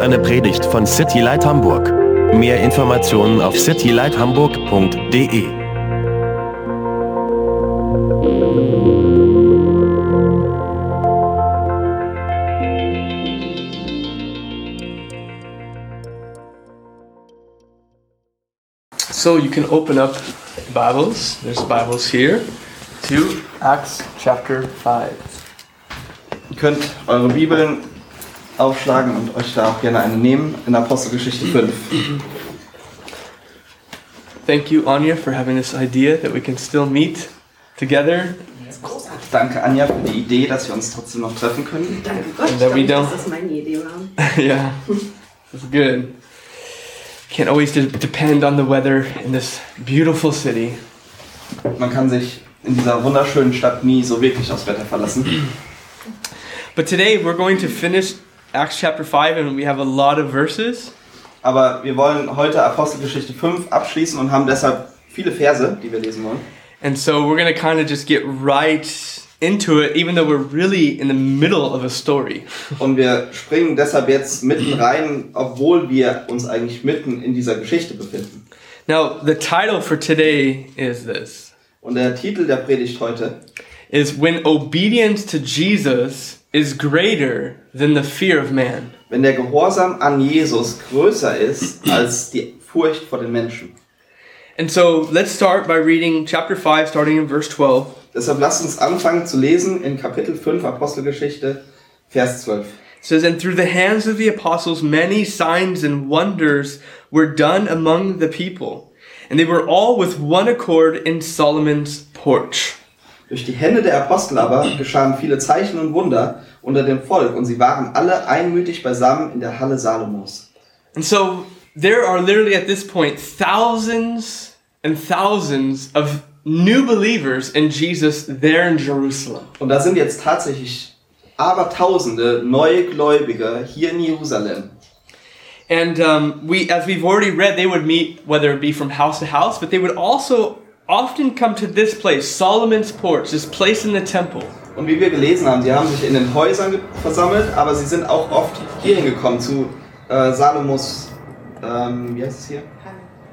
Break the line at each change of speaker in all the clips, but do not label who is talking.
eine Predigt von City Light Hamburg. Mehr Informationen auf citylighthamburg.de.
So you can open up Bibles. There's Bibles here to Acts chapter 5.
Ihr könnt eure Bibeln aufschlagen und euch da auch gerne eine nehmen in Apostelgeschichte 5.
Thank you, Anya, for having this idea that we can still meet together
Danke Anja für die Idee, dass wir uns trotzdem noch treffen können.
Danke Gott,
And that we
dadurch, dass
don't-
das meine Idee war.
yeah, that's good. Can't always de- depend on the weather in this beautiful city.
Man kann sich in dieser wunderschönen Stadt nie so wirklich aufs Wetter verlassen.
But today we're going to finish Acts chapter 5 and we have a lot of verses.
Aber wir wollen heute Apostelgeschichte 5 abschließen und haben deshalb viele Verse, die wir lesen wollen.
And so we're going to kind of just get right into it, even though we're really in the middle of a story.
Und wir springen deshalb jetzt mitten rein, obwohl wir uns eigentlich mitten in dieser Geschichte befinden.
Now, the title for today is this
Und der Titel der Predigt heute
is when obedience to Jesus is greater than the fear of man.
wenn der Gehorsam an Jesus größer ist als die Furcht vor den Menschen.
And so let's start by reading chapter 5 starting in verse 12.
Deshalb lasst uns anfangen zu lesen in Kapitel 5 Apostelgeschichte, Vers 12.
It says, And through the hands of the apostles many signs and wonders were done among the people, and they were all with one accord in Solomon's porch.
Durch die Hände der Apostel aber geschahen viele Zeichen und Wunder unter dem Volk und sie waren alle einmütig beisammen in der Halle Salomos.
And so there are literally at this point thousands and thousands of new believers in Jesus there in Jerusalem.
Und da sind jetzt tatsächlich Abertausende neue Gläubige hier in Jerusalem.
And um, we, as we've already read, they would meet whether it be from house to house, but they would also often come to this place, Solomon's porch, this place in the temple.
Und wie wir gelesen haben, sie haben sich in den Häusern ge- versammelt, aber sie sind auch oft hierhin gekommen zu äh, Salomos, ähm, wie heißt es hier?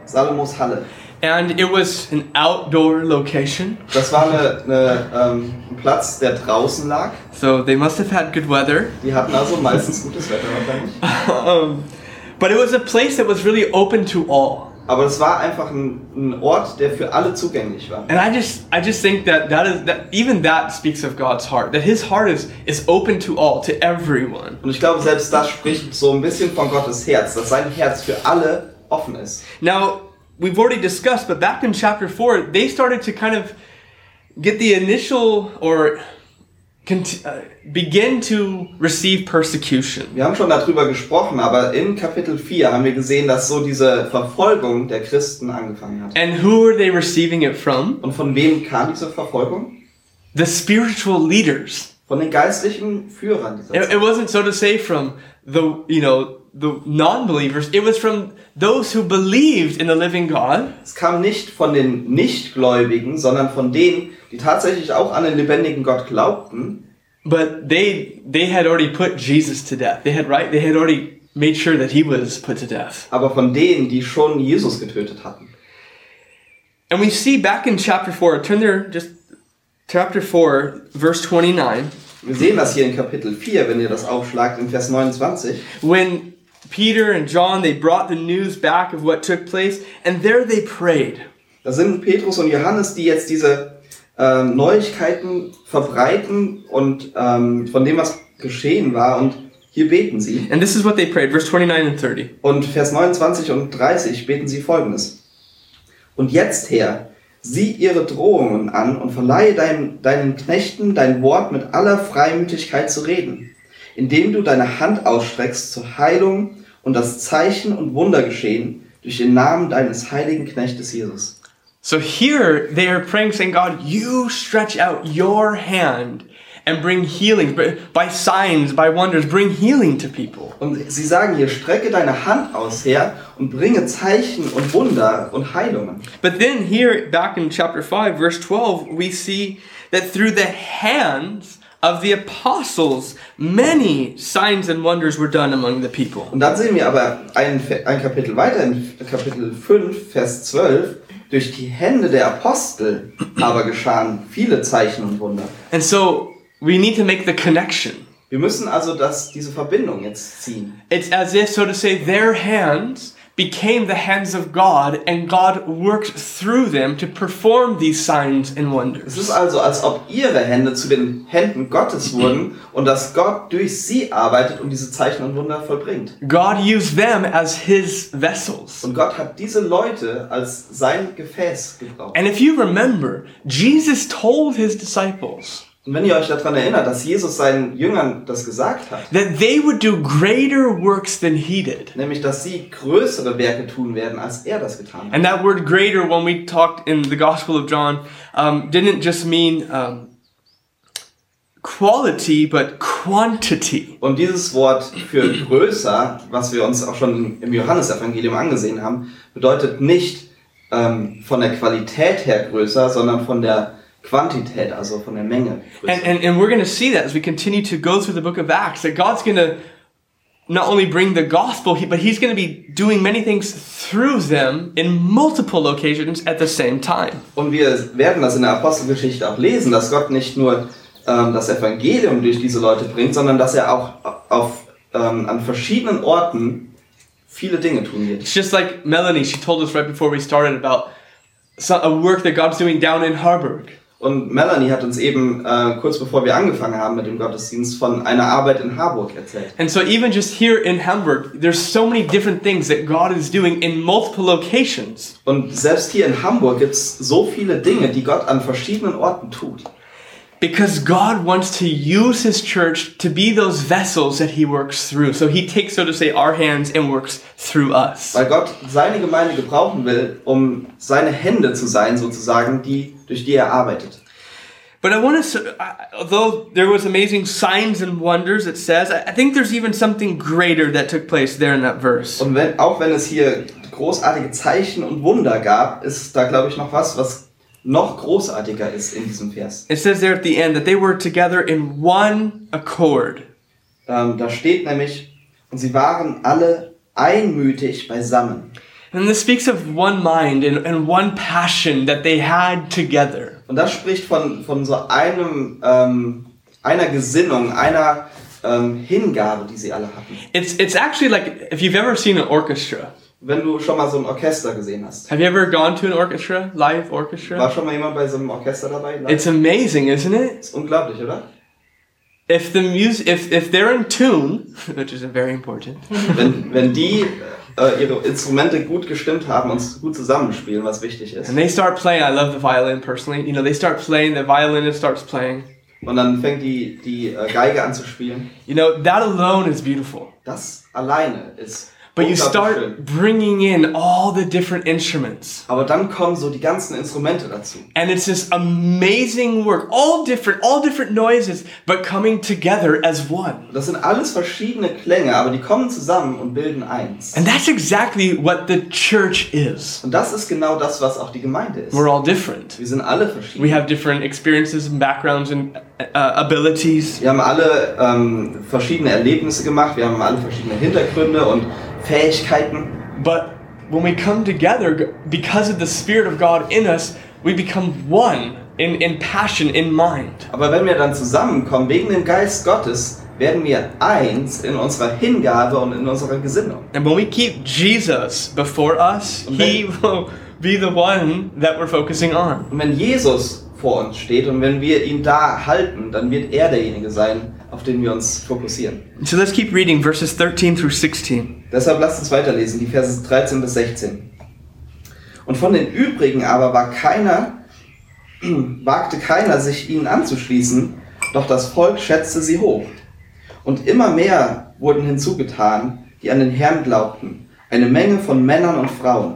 Salomos Halle.
And it was an outdoor location,
Das war eine, eine, ähm, ein Platz, der draußen lag.
so they must have had good weather.
Die hatten also meistens gutes Wetter wahrscheinlich.
um, but it was a place that was really open to all.
Aber es war einfach ein, ein Ort, der für alle zugänglich war.
And I just I just think that that is that even that speaks of God's heart. That his heart is is open to all, to everyone.
Und ich glaube, selbst das spricht so ein bisschen von Gottes Herz, dass sein Herz für alle offen ist.
Now, we've already discussed, but back in chapter 4, they started to kind of get the initial or cont- uh, begin to receive persecution.
Wir haben schon darüber gesprochen, aber in Kapitel 4 haben wir gesehen, dass so diese Verfolgung der Christen angefangen hat.
And who are they receiving it from?
Und von wem kam diese Verfolgung?
The spiritual leaders.
Von den geistlichen Führern dieser
It, it
Zeit.
wasn't so to say from the, you know, the non-believers. It was from those who believed in the living God.
Es kam nicht von den Nichtgläubigen, sondern von denen, die tatsächlich auch an den lebendigen Gott glaubten
But they they had already put Jesus to death. They had right. They had already made sure that he was put to death.
aber von denen, die schon Jesus getötet hatten.
And we see back in chapter four. Turn there, just chapter four, verse twenty nine.
Wir sehen das hier in Kapitel 4, wenn ihr das aufschlagt, in Vers 29.
When Peter and John they brought the news back of what took place, and there they prayed.
Da sind Petrus und Johannes, die jetzt diese äh, Neuigkeiten verbreiten und ähm, von dem, was geschehen war. Und hier beten sie.
And this is what they prayed, verse twenty nine and thirty.
Und Vers 29 und 30 beten sie folgendes. Und jetzt, Herr, sieh ihre Drohungen an und verleihe dein, deinen Knechten dein Wort mit aller Freimütigkeit zu reden, indem du deine Hand ausstreckst zur Heilung und das Zeichen und Wunder geschehen durch den Namen deines heiligen Knechtes Jesus.
So here they are praying, saying, God, you stretch out your hand and bring healing by- by signs, by wonders, bring healing to people.
Und sie sagen hier, strecke deine Hand aus, Herr, und bringe Zeichen und Wunder und Heilungen.
But then here back in chapter 5 verse 12 we see that through the hands of the apostles, many signs and wonders were done among the people.
Und dann sehen wir aber ein, Ver- ein Kapitel weiter, in Kapitel 5, Vers 12. Durch die Hände der Apostel aber geschahen viele Zeichen und Wunder.
And so we need to make the connection.
Wir müssen also das, diese Verbindung jetzt ziehen.
It's as if, so to say, their hands became the hands of God, and God worked through them to perform these signs and
Es
wonders.
ist also, als ob ihre Hände zu den Händen Gottes wurden und dass Gott durch sie arbeitet und diese Zeichen und Wunder vollbringt.
God used them as his vessels.
Und Gott hat diese Leute als sein Gefäß gebraucht.
And if you remember, Jesus told his disciples
Und wenn ihr euch daran erinnert, dass Jesus seinen Jüngern das gesagt hat,
that they would do greater works than he did.
nämlich dass sie größere Werke tun werden, als er das getan hat.
And that word greater, when we talked in the Gospel of John, um, didn't just mean um, quality, but quantity.
Und dieses Wort für größer, was wir uns auch schon im Johannesevangelium angesehen haben, bedeutet nicht ähm, von der Qualität her größer, sondern von der Quantität, also von der Menge. Größer.
And, and, and we're going to see that as we continue to go through the book of Acts, that God's going to not only bring the gospel, he- but He's going to be doing many things through them in multiple locations at the same time.
Und wir werden das in der Apostelgeschichte auch lesen, dass Gott nicht nur ähm, das Evangelium durch diese Leute bringt, sondern dass er auch auf, ähm, an verschiedenen Orten viele Dinge tun wird.
It's just like Melanie, she told us right before we started about so- a work that God's doing down in Harburg.
Und Melanie hat uns eben äh, kurz bevor wir angefangen haben mit dem Gottesdienst von einer Arbeit in Harburg erzählt.
And so even just here in Hamburg, there's so many different things that God is doing in multiple locations.
Und selbst hier in Hamburg gibt es so viele Dinge, die Gott an verschiedenen Orten tut.
Because God wants to use His church to be those vessels that He works through. So He takes, so to say, our hands and works through us.
Weil Gott seine Gemeinde gebrauchen will, um seine Hände zu sein, sozusagen, die, durch die er arbeitet.
But I want to, I- although there was amazing signs and wonders, it says, I I think there's even something greater that took place there in that verse.
Und wenn, auch wenn es hier großartige Zeichen und Wunder gab, ist da, glaube ich, noch was, was noch großartiger ist in diesem Vers.
It says there at the end that they were together in one accord.
Ähm, da steht nämlich, und sie waren alle einmütig beisammen.
And this speaks of one mind and, and one passion that they had together.
Und das spricht von, von so einem, ähm, einer Gesinnung, einer ähm, Hingabe, die sie alle hatten.
It's it's actually like if you've ever seen an orchestra.
Wenn du schon mal so ein Orchester gesehen hast,
Have you ever gone to an orchestra, live
war
orchestra?
schon mal jemand bei so einem Orchester dabei? Nein?
It's amazing, isn't it?
ist unglaublich, oder?
If the music, if if they're in tune, which is very important,
Wenn, wenn die äh, ihre Instrumente gut gestimmt haben und gut zusammenspielen, was wichtig ist.
and they start playing, I love the violin personally. You know, they start playing, the violinist starts playing.
Und dann fängt die, die äh, Geige an zu spielen.
You know, that alone is beautiful.
Das alleine ist
But you
unglaublich
start
schön.
bringing in all the different instruments,
Aber dann kommen so die ganzen Instrumente dazu.
and it's this amazing work. All different, all different noises, but coming together as one.
Das sind alles verschiedene Klänge, aber die kommen zusammen und bilden eins.
And that's exactly what the church is.
Und das ist genau das, was auch die Gemeinde ist.
We're all different.
Wir sind alle
We
verschieden.
have different experiences and backgrounds and uh, abilities.
Wir haben alle ähm, verschiedene Erlebnisse gemacht, wir haben alle verschiedene Hintergründe und Fähigkeiten.
But when we come together, g- because of the Spirit of God in us, we become one in, in passion, in mind.
Aber wenn wir dann zusammenkommen, wegen dem Geist Gottes, werden wir eins in unserer Hingabe und in unserer Gesinnung.
And when we keep Jesus before us, He will be the one that we're focusing on.
Und wenn Jesus vor uns steht und wenn wir ihn da halten, dann wird er derjenige sein, auf den wir uns fokussieren.
So let's keep reading verses 13 through 16.
Deshalb lasst uns weiterlesen, die Verse 13 bis 16. Und von den übrigen aber war keiner, wagte keiner, sich ihnen anzuschließen, doch das Volk schätzte sie hoch. Und immer mehr wurden hinzugetan, die an den Herrn glaubten, eine Menge von Männern und Frauen,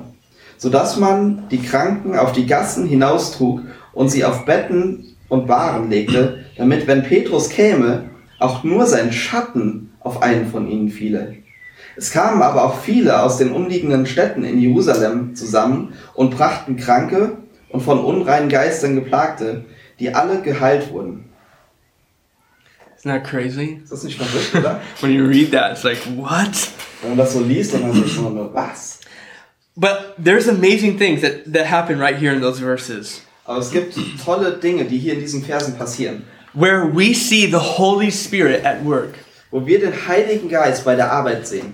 so dass man die Kranken auf die Gassen hinaustrug und sie auf Betten und Waren legte, damit, wenn Petrus käme, auch nur sein Schatten auf einen von ihnen fiele. Es kamen aber auch viele aus den umliegenden Städten in Jerusalem zusammen und brachten Kranke und von unreinen Geistern geplagte, die alle geheilt wurden.
Isn't that crazy?
Ist das nicht verrückt, oder?
When you read that, it's like, what?
Wenn man das so liest, dann heißt es immer nur, was?
But there's amazing things that, that happen right here in those verses
Aber es gibt tolle Dinge, die hier in diesen Versen passieren,
where we see the Holy Spirit at work.
wo wir den Heiligen Geist bei der Arbeit sehen.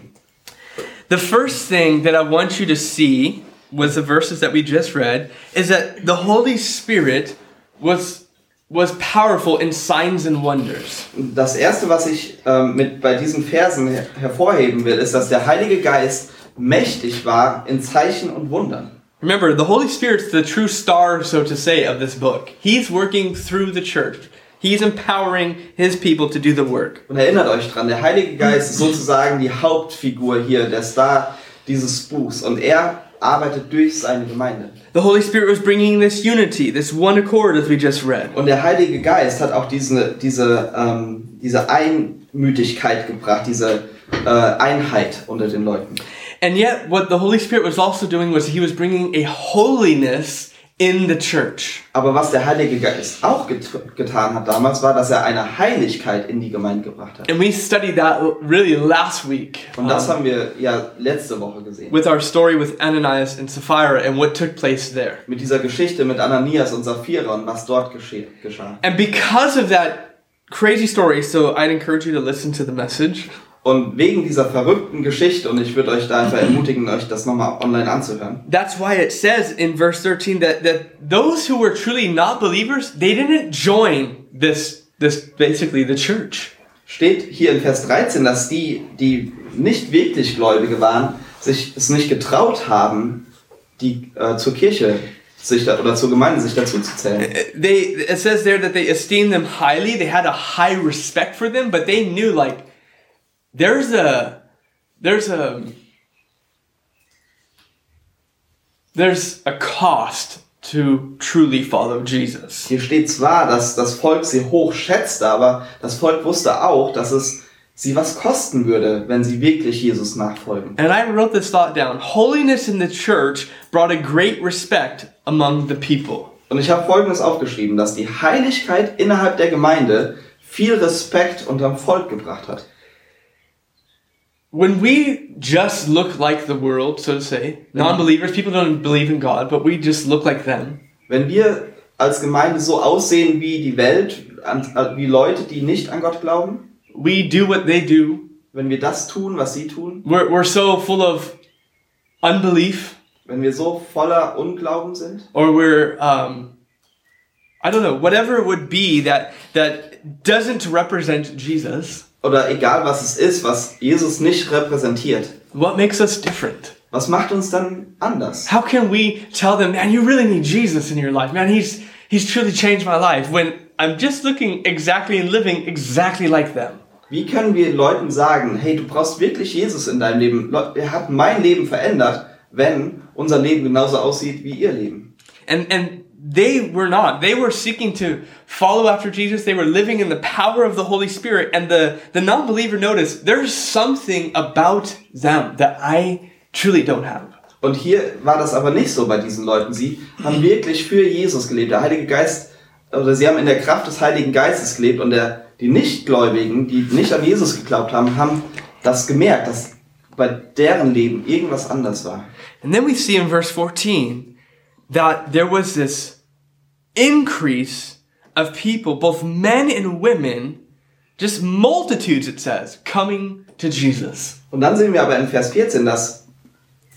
The first thing that I want you to see was the verses that we just read is that the Holy Spirit was was powerful in signs and wonders.
Und Das erste, was ich ähm, mit bei diesen Versen her hervorheben will, ist, dass der Heilige Geist mächtig war in Zeichen und Wundern.
Remember, the Holy Spirit's the true star, so to say, of this book. He's working through the church. He's empowering his people to do the work.
Und erinnert euch dran, der Heilige Geist ist sozusagen die Hauptfigur hier, der Star dieses Buchs. Und er arbeitet durch seine Gemeinde.
The Holy Spirit was bringing this unity, this one accord, as we just read.
Und der Heilige Geist hat auch diese, diese, ähm, diese Einmütigkeit gebracht, diese äh, Einheit unter den Leuten.
And yet, what the Holy Spirit was also doing was he was bringing a holiness in the church.
Aber was der Heilige Geist auch get getan hat damals, war, dass er eine Heiligkeit in die Gemeinde gebracht hat.
And we studied that really last week
Und das
um,
haben wir ja letzte Woche gesehen.
with our story with Ananias and Sapphira and what took place there.
Mit dieser Geschichte mit Ananias und Sapphira und was dort gesche geschah.
And because of that crazy story, so I'd encourage you to listen to the message.
Und wegen dieser verrückten Geschichte, und ich würde euch da einfach ermutigen, euch das nochmal online anzuhören.
That's why it says in verse 13 that, that those who were truly not believers, they didn't join this, this basically the church.
Steht hier in Vers 13, dass die, die nicht wirklich Gläubige waren, sich es nicht getraut haben, die äh, zur Kirche sich da, oder zur Gemeinde sich dazu zu zählen.
They, it says there that they esteemed them highly. They had a high respect for them, but they knew like there's a, there's a, there's a cost to truly follow Jesus.
Hier steht zwar, dass das Volk sie hoch schätzte, aber das Volk wusste auch, dass es sie was kosten würde, wenn sie wirklich Jesus nachfolgen.
And I wrote this thought down. Holiness in the church brought a great respect among the people.
Und ich habe Folgendes aufgeschrieben, dass die Heiligkeit innerhalb der Gemeinde viel Respekt unterm Volk gebracht hat.
When we just look like the world, so to say, non believers, people don't believe in God, but we just look like them,
Wenn wir als Gemeinde so aussehen wie die Welt, an, äh, wie Leute, die nicht an Gott glauben,
we do what they do.
wenn wir das tun, was sie tun,
We're, we're so full of unbelief,
wenn wir so voller Unglauben sind,
or we're, um, I don't know, whatever it would be that, that doesn't represent Jesus,
oder egal was es ist, was Jesus nicht repräsentiert,
what makes us different?
was macht uns dann anders?
How can we tell them, man, you really need Jesus in your life? Man, he's he's truly changed my life when I'm just looking exactly and living exactly like them.
Wie können wir Leuten sagen, hey, du brauchst wirklich Jesus in deinem Leben? Leu- Er hat mein Leben verändert, wenn unser Leben genauso aussieht wie ihr Leben.
And and they were not. They were seeking to follow after Jesus. They were living in the power of the Holy Spirit. And the, the non-believer noticed there's something about them that I truly don't have.
Und hier war das aber nicht so bei diesen Leuten. Sie haben wirklich für Jesus gelebt. Der Heilige Geist, oder sie haben in der Kraft des Heiligen Geistes gelebt und der, die Nichtgläubigen, die nicht an Jesus geglaubt haben, haben das gemerkt, dass bei deren Leben irgendwas anders war.
And then we see in verse 14 that there was this increase of people, both men and women, just multitudes, it says, coming to Jesus.
Und dann sehen wir aber in Vers 14, dass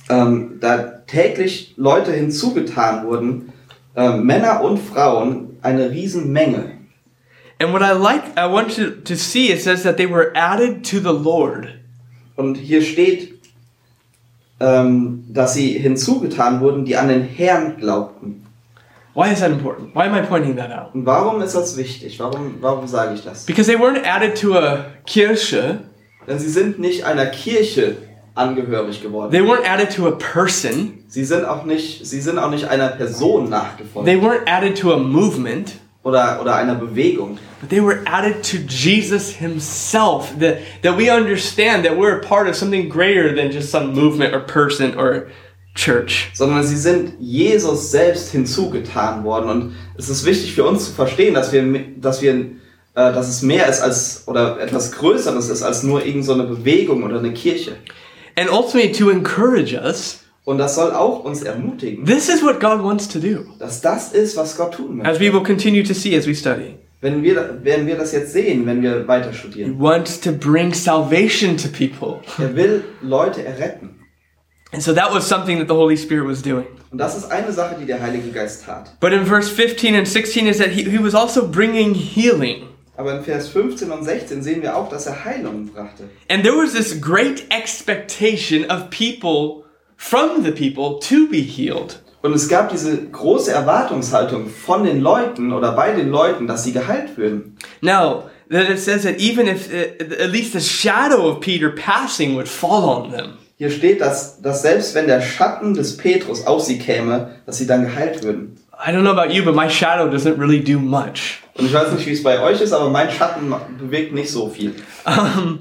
ähm, da täglich Leute hinzugetan wurden, ähm, Männer und Frauen, eine Riesenmenge.
And what I like, I want you to see, it says that they were added to the Lord.
Und hier steht, ähm, dass sie hinzugetan wurden, die an den Herrn glaubten.
Why is that important? Why am I pointing that out?
Und warum ist das wichtig? Warum, warum sage ich das?
Because they weren't added to a Kirche,
Denn sie sind nicht einer Kirche angehörig geworden.
they weren't added to a person,
Sie sind auch nicht, sie sind auch nicht einer Person
they
nachgefolgt
weren't added to a movement.
oder, oder einer Bewegung,
But they were added to Jesus himself. That, that we understand that we're a part of something greater than just some movement or person or church.
sondern sie sind Jesus selbst hinzugetan worden. Und es ist wichtig für uns zu verstehen, dass wir, mi- dass wir äh, dass es mehr ist als oder etwas Größeres ist als nur irgend so eine Bewegung oder eine Kirche.
and ultimately to encourage us.
Und das soll auch uns ermutigen,
This is what God wants to do,
dass das ist, was Gott tun
as
möchte.
we will continue to see as we study.
Wenn wir, werden wir das jetzt sehen, wenn wir weiter
He
studieren.
wants to bring salvation to people.
Er will Leute erretten.
And so that was something that the Holy Spirit was doing.
Und das ist eine Sache, die der Heilige Geist tat.
But in verse 15 and 16 is that he, he was also bringing healing.
Aber in Vers 15 und 16 sehen wir auch, dass er Heilungen brachte.
And there was this great expectation of people, from the people, to be healed.
Und es gab diese große Erwartungshaltung von den Leuten oder bei den Leuten, dass sie geheilt würden.
Now, that it says that even if uh, at least the shadow of Peter passing would fall on them.
Hier steht, dass, dass selbst wenn der Schatten des Petrus auf sie käme, dass sie dann geheilt würden.
I don't know about you, but my shadow doesn't really do much.
Und ich weiß nicht, wie es bei euch ist, aber mein Schatten ma- bewegt nicht so viel.
Um,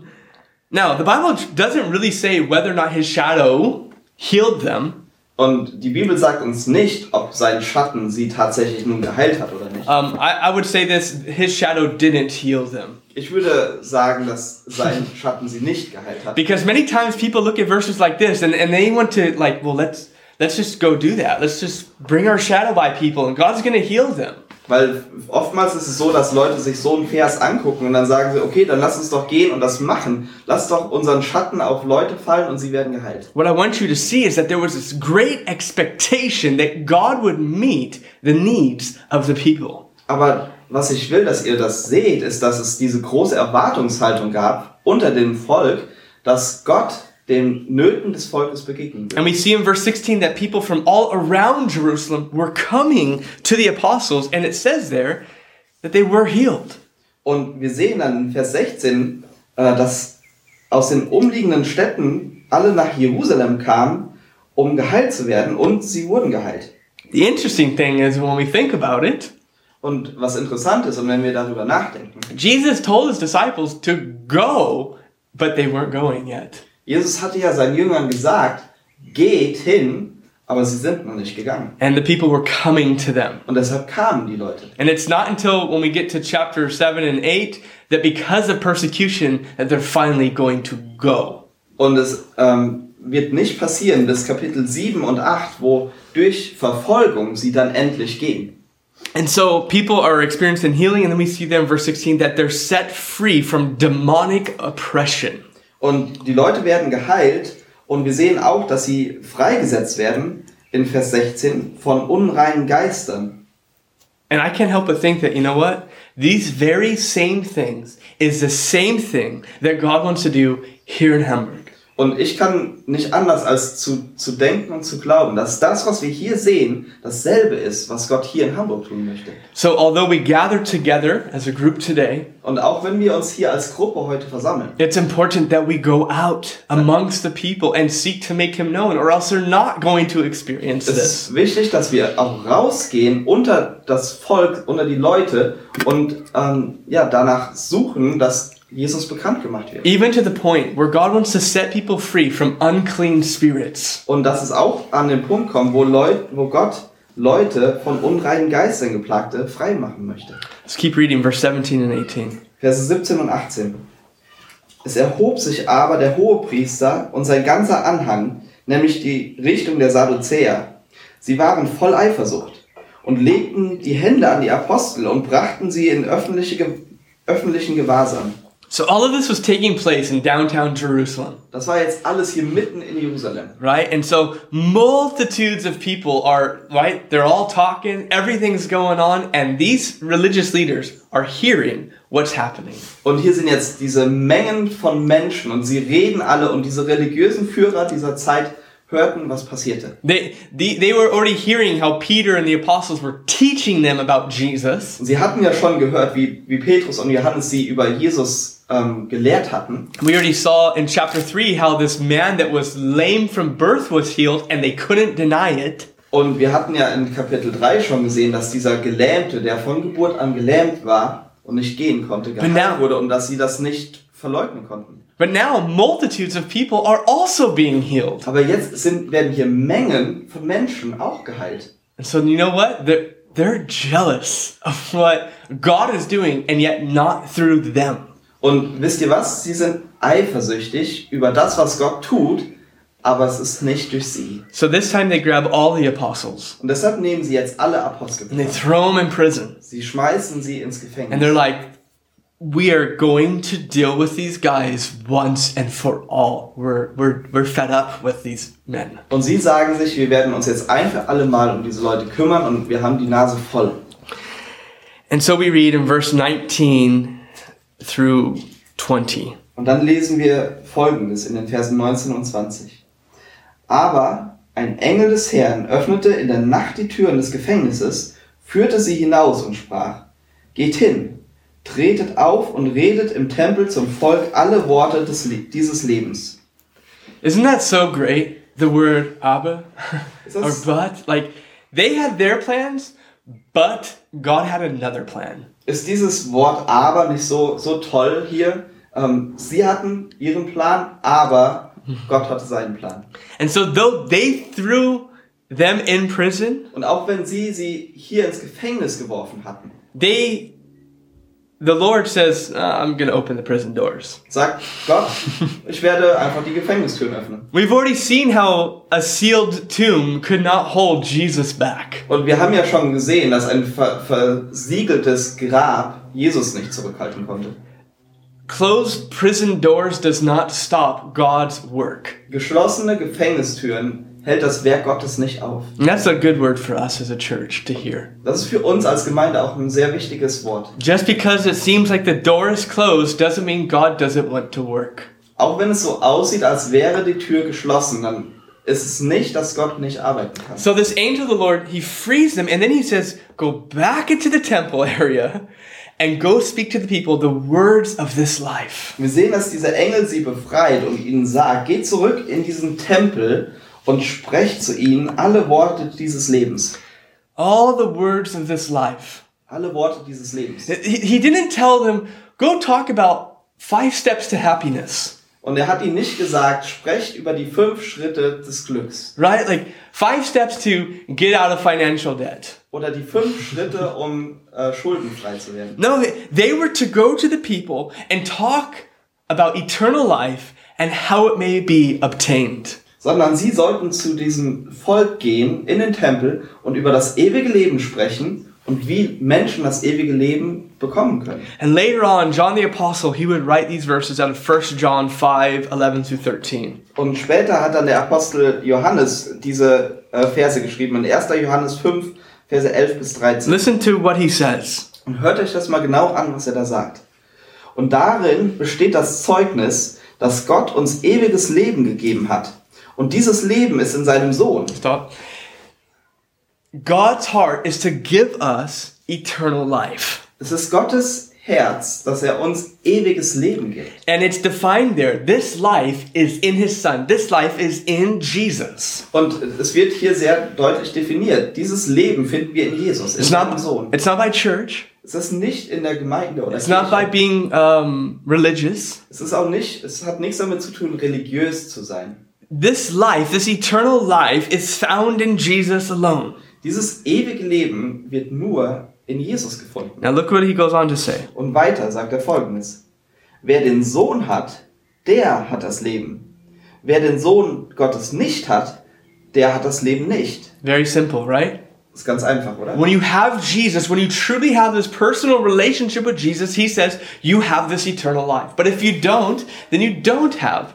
now, the Bible doesn't really say whether or not his shadow healed them.
Und die Bibel sagt uns nicht, ob sein Schatten sie tatsächlich nun geheilt hat oder nicht.
Um, I, I would say this his shadow didn't heal them.
Ich würde sagen, dass sein Schatten sie nicht geheilt hat.
Because many times people look at verses like this and, and they want to, like, well, let's, let's just go do that. Let's just bring our shadow by people and God's going to heal them.
Weil oftmals ist es so, dass Leute sich so einen Vers angucken und dann sagen sie, okay, dann lass uns doch gehen und das machen. Lass doch unseren Schatten auf Leute fallen und sie werden geheilt.
What I want you to see is that there was this great expectation that God would meet the needs of the people.
Aber was ich will, dass ihr das seht, ist, dass es diese große Erwartungshaltung gab unter dem Volk, dass Gott den Nöten des Volkes begegnen wird.
And we see in verse 16 that people from all around Jerusalem were coming to the apostles, and it says there that they were healed.
Und wir sehen dann in Vers 16, äh, dass aus den umliegenden Städten alle nach Jerusalem kamen, um geheilt zu werden und sie wurden geheilt.
The interesting thing is when we think about it,
Und was interessant ist, und wenn wir darüber nachdenken,
Jesus told his disciples to go, but they weren't going yet.
Jesus hatte ja seinen Jüngern gesagt, geht hin, aber sie sind noch nicht gegangen.
And the people were coming to them.
Und deshalb kamen die Leute.
And it's not until when we get to chapter 7 and 8 that because of persecution that they're finally going to go.
Und es ähm, wird nicht passieren bis Kapitel 7 und 8, wo durch Verfolgung sie dann endlich gehen.
And so people are experiencing healing, and then we see there in verse 16 that they're set free from demonic oppression.
Und die Leute werden geheilt und wir sehen auch, dass sie freigesetzt werden in Vers 16 von unreinen Geistern.
And I can't help but think that, you know what? These very same things is the same thing that God wants to do here in Hamburg.
Und ich kann nicht anders als zu, zu denken und zu glauben, dass das, was wir hier sehen, dasselbe ist, was Gott hier in Hamburg tun möchte.
So, although we gather together as a group today,
Und auch wenn wir uns hier als Gruppe heute versammeln,
it's important that we go out amongst the people and seek to make Him known, or else they're not going to experience
ist
this.
es wichtig, dass wir auch rausgehen unter das Volk, unter die Leute und ähm, ja, danach suchen, dass Jesus bekannt gemacht wird.
Even to the point where God wants to set people free from unclean spirits.
Und dass es auch an den Punkt kommt, wo, Leut, wo Gott Leute von unreinen Geistern geplagte frei machen möchte.
Let's keep reading verse 17 and 18.
Verse 17 und 18. Es erhob sich aber der Hohepriester und sein ganzer Anhang, nämlich die Richtung der Sadduzäer. Sie waren voll Eifersucht und legten die Hände an die Apostel und brachten sie in öffentliche, Ge- öffentlichen Gewahrsam.
So, all of this was taking place in downtown Jerusalem.
Das war jetzt alles hier mitten in Jerusalem.
right? And so multitudes of people are, right? They're all talking, everything's going on, and these religious leaders are hearing what's happening.
Und hier sind jetzt diese Mengen von Menschen und sie reden alle und diese religiösen Führer dieser Zeit hörten, was passierte.
They, they, they were already hearing how Peter and the apostles were teaching them about Jesus,
Und sie hatten ja schon gehört, wie, wie Petrus und Johannes sie über Jesus ähm, gelehrt hatten.
We already saw in chapter 3 how this man that was lame from birth was healed and they couldn't deny it.
Und wir hatten ja in Kapitel 3 schon gesehen, dass dieser Gelähmte, der von Geburt an gelähmt war und nicht gehen konnte,
Genau.
geheilt wurde und dass sie das nicht verleugnen konnten.
But now multitudes of people are also being healed.
Aber jetzt sind, werden hier Mengen von Menschen auch geheilt.
And so you know what? The, they're jealous of what God is doing and yet not through them.
Und wisst ihr was? Sie sind eifersüchtig über das, was Gott tut, aber es ist nicht durch sie.
So this time they grab all the apostles
Und deshalb nehmen sie jetzt alle Apostel.
and they throw them in prison.
Sie schmeißen sie ins
And they're
Gefängnis.
like, we are going to deal with these guys once and for all. We're, we're, we're fed up with these men.
Und sie sagen sich, wir werden uns jetzt ein für alle Mal um diese Leute kümmern und wir haben die Nase voll.
And so we read in verse 19 through 20.
Und dann lesen wir folgendes in den Versen 19 und 20. Aber ein Engel des Herrn öffnete in der Nacht die Türen des Gefängnisses, führte sie hinaus und sprach, Geht hin, tretet auf und redet im Tempel zum Volk alle Worte des, Le- dieses Lebens.
Isn't that so great? The word Abba
Is
or
this-
but? Like, they had their plans, but God had another plan.
Ist dieses Wort aber nicht so, so toll hier? Ähm, sie hatten ihren Plan, aber Gott hatte seinen Plan.
And so, though they threw them in prison,
Und auch wenn sie sie hier ins Gefängnis geworfen hatten,
they, the Lord says, "Uh, I'm going to open the prison doors.
sagt Gott, ich werde einfach die Gefängnistüren öffnen.
We've already seen how a sealed tomb could not hold Jesus back.
Und wir haben ja schon gesehen, dass ein ver versiegeltes Grab Jesus nicht zurückhalten konnte.
Closed prison doors does not stop God's work.
Geschlossene Gefängnistüren hält das Werk Gottes nicht auf.
And that's a good word for us as a church to hear.
Das ist für uns als Gemeinde auch ein sehr wichtiges Wort.
Just because it seems like the door is closed doesn't mean God doesn't want to work.
Auch wenn es so aussieht, als wäre die Tür geschlossen, dann ist es nicht, dass Gott nicht arbeiten kann.
So this angel of the Lord, he frees them and then he says, go back into the temple area and go speak to the people the words of this life.
Wir sehen, dass dieser Engel sie befreit und ihnen sagt, geht zurück in diesen Tempel und sprecht zu ihnen alle Worte dieses Lebens.
All the words of this life.
Alle Worte dieses Lebens.
He, he didn't tell them, go talk about five steps to happiness,
Und er hat ihnen nicht gesagt, sprecht über die fünf Schritte des Glücks
right? Like five steps to get out of financial debt.
oder die fünf Schritte, um äh, schuldenfrei zu werden.
No, they- they were to go to the people and talk about eternal life and how it may be obtained.
Sondern sie sollten zu diesem Volk gehen, in den Tempel und über das ewige Leben sprechen und wie Menschen das ewige Leben bekommen können.
And later on, John the Apostle, he would write these verses out of 1 John 5, 11 through 13.
Und später hat dann der Apostel Johannes diese äh, Verse geschrieben, in 1. Johannes 5, Verse 11 bis 13.
Listen to what he says.
Und hört euch das mal genau an, was er da sagt. Und darin besteht das Zeugnis, dass Gott uns ewiges Leben gegeben hat. Und dieses Leben ist in seinem Sohn.
Stop. God's heart is to give us eternal life.
Es ist Gottes Herz, dass er uns ewiges Leben gibt.
And it's defined there. This life is in his son. This life is in Jesus.
Und es wird hier sehr deutlich definiert. Dieses Leben finden wir in Jesus, in
It's
seinem
not,
Sohn.
it's not by church.
Es ist nicht in der Gemeinde oder
It's not by
Kirche.
being um, religious.
Es ist auch nicht, es hat nichts damit zu tun, religiös zu sein.
This life, this eternal life, is found in Jesus alone.
Dieses ewige Leben wird nur in Jesus gefunden.
Now look what he goes on to say.
Und weiter sagt er folgendes. Wer den Sohn hat, der hat das Leben. Wer den Sohn Gottes nicht hat, der hat das Leben nicht.
Very simple, right?
Ist ganz einfach, oder?
When you have Jesus, when you truly have this personal relationship with Jesus, he says you have this eternal life. But if you don't, then you don't have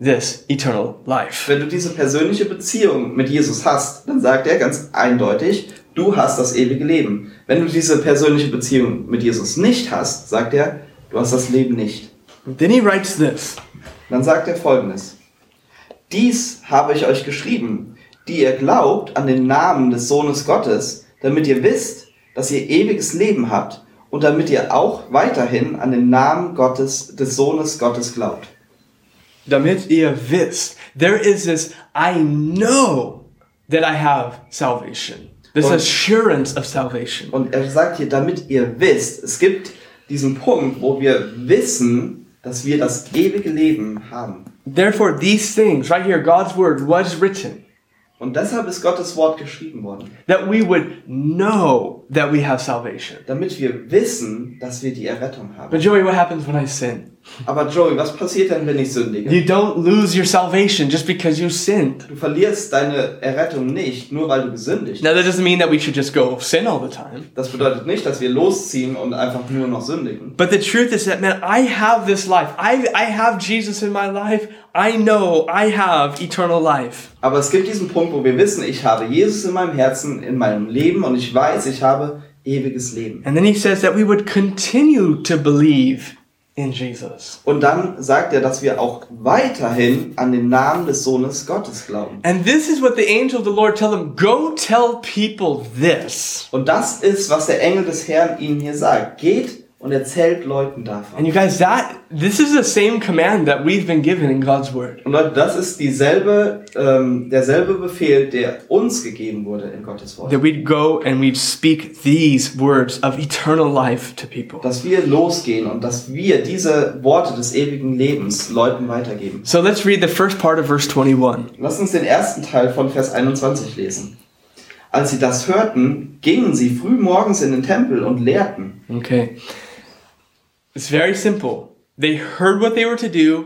this eternal life.
Wenn du diese persönliche Beziehung mit Jesus hast, dann sagt er ganz eindeutig, du hast das ewige Leben. Wenn du diese persönliche Beziehung mit Jesus nicht hast, sagt er, du hast das Leben nicht.
Then he writes this.
Dann sagt er folgendes. Dies habe ich euch geschrieben, die ihr glaubt an den Namen des Sohnes Gottes, damit ihr wisst, dass ihr ewiges Leben habt und damit ihr auch weiterhin an den Namen Gottes, des Sohnes Gottes glaubt.
damit ihr wisst, there is this I know that I have salvation. This
Und-
assurance of salvation.
Und er sagt hier, damit ihr wisst, es gibt diesen Punkt, wo wir wissen, dass wir das ewige Leben haben.
Therefore, these things right here, God's word was written
Und deshalb ist Gottes Wort geschrieben worden,
that we would know know that we have salvation.
damit wir wissen, dass wir die Errettung haben.
But Joey, what happens when I sin?
Aber Joey, was passiert denn, wenn ich sündige?
You don't lose your salvation just because you sinned.
Du verlierst deine Errettung nicht, nur weil du gesündigt hast.
Now, that doesn't mean that we should just go sin all the time.
Das bedeutet nicht, dass wir losziehen und einfach nur noch sündigen.
But the truth is that, man, I have this life. I, I have Jesus in my life. I know I have eternal life.
Aber es gibt diesen Punkt, wo wir wissen, ich habe Jesus in meinem Herzen, in meinem Leben und ich weiß, ich habe ewiges Leben.
And then he says that we would continue to believe in Jesus.
Und dann sagt er, dass wir auch weiterhin an den Namen des Sohnes Gottes glauben.
And this is what the angel of the Lord tell them go tell people this.
Und das ist, was der Engel des Herrn ihnen hier sagt. Geht und erzählt
And
Leuten davon.
you guys, that this is the same command that we've been given in God's word.
Und Leute, das ist dieselbe, ähm, derselbe Befehl, der uns gegeben wurde in Gottes Wort.
That we'd go and we'd speak these words of eternal life to people.
dass wir losgehen und dass wir diese Worte des ewigen Lebens Leuten weitergeben.
So let's read the first part of verse 21.
Lass uns den ersten Teil von Vers 21 lesen. Als sie das hörten, gingen sie früh morgens in den Tempel und lehrten.
Okay. It's very simple. They heard what they were to do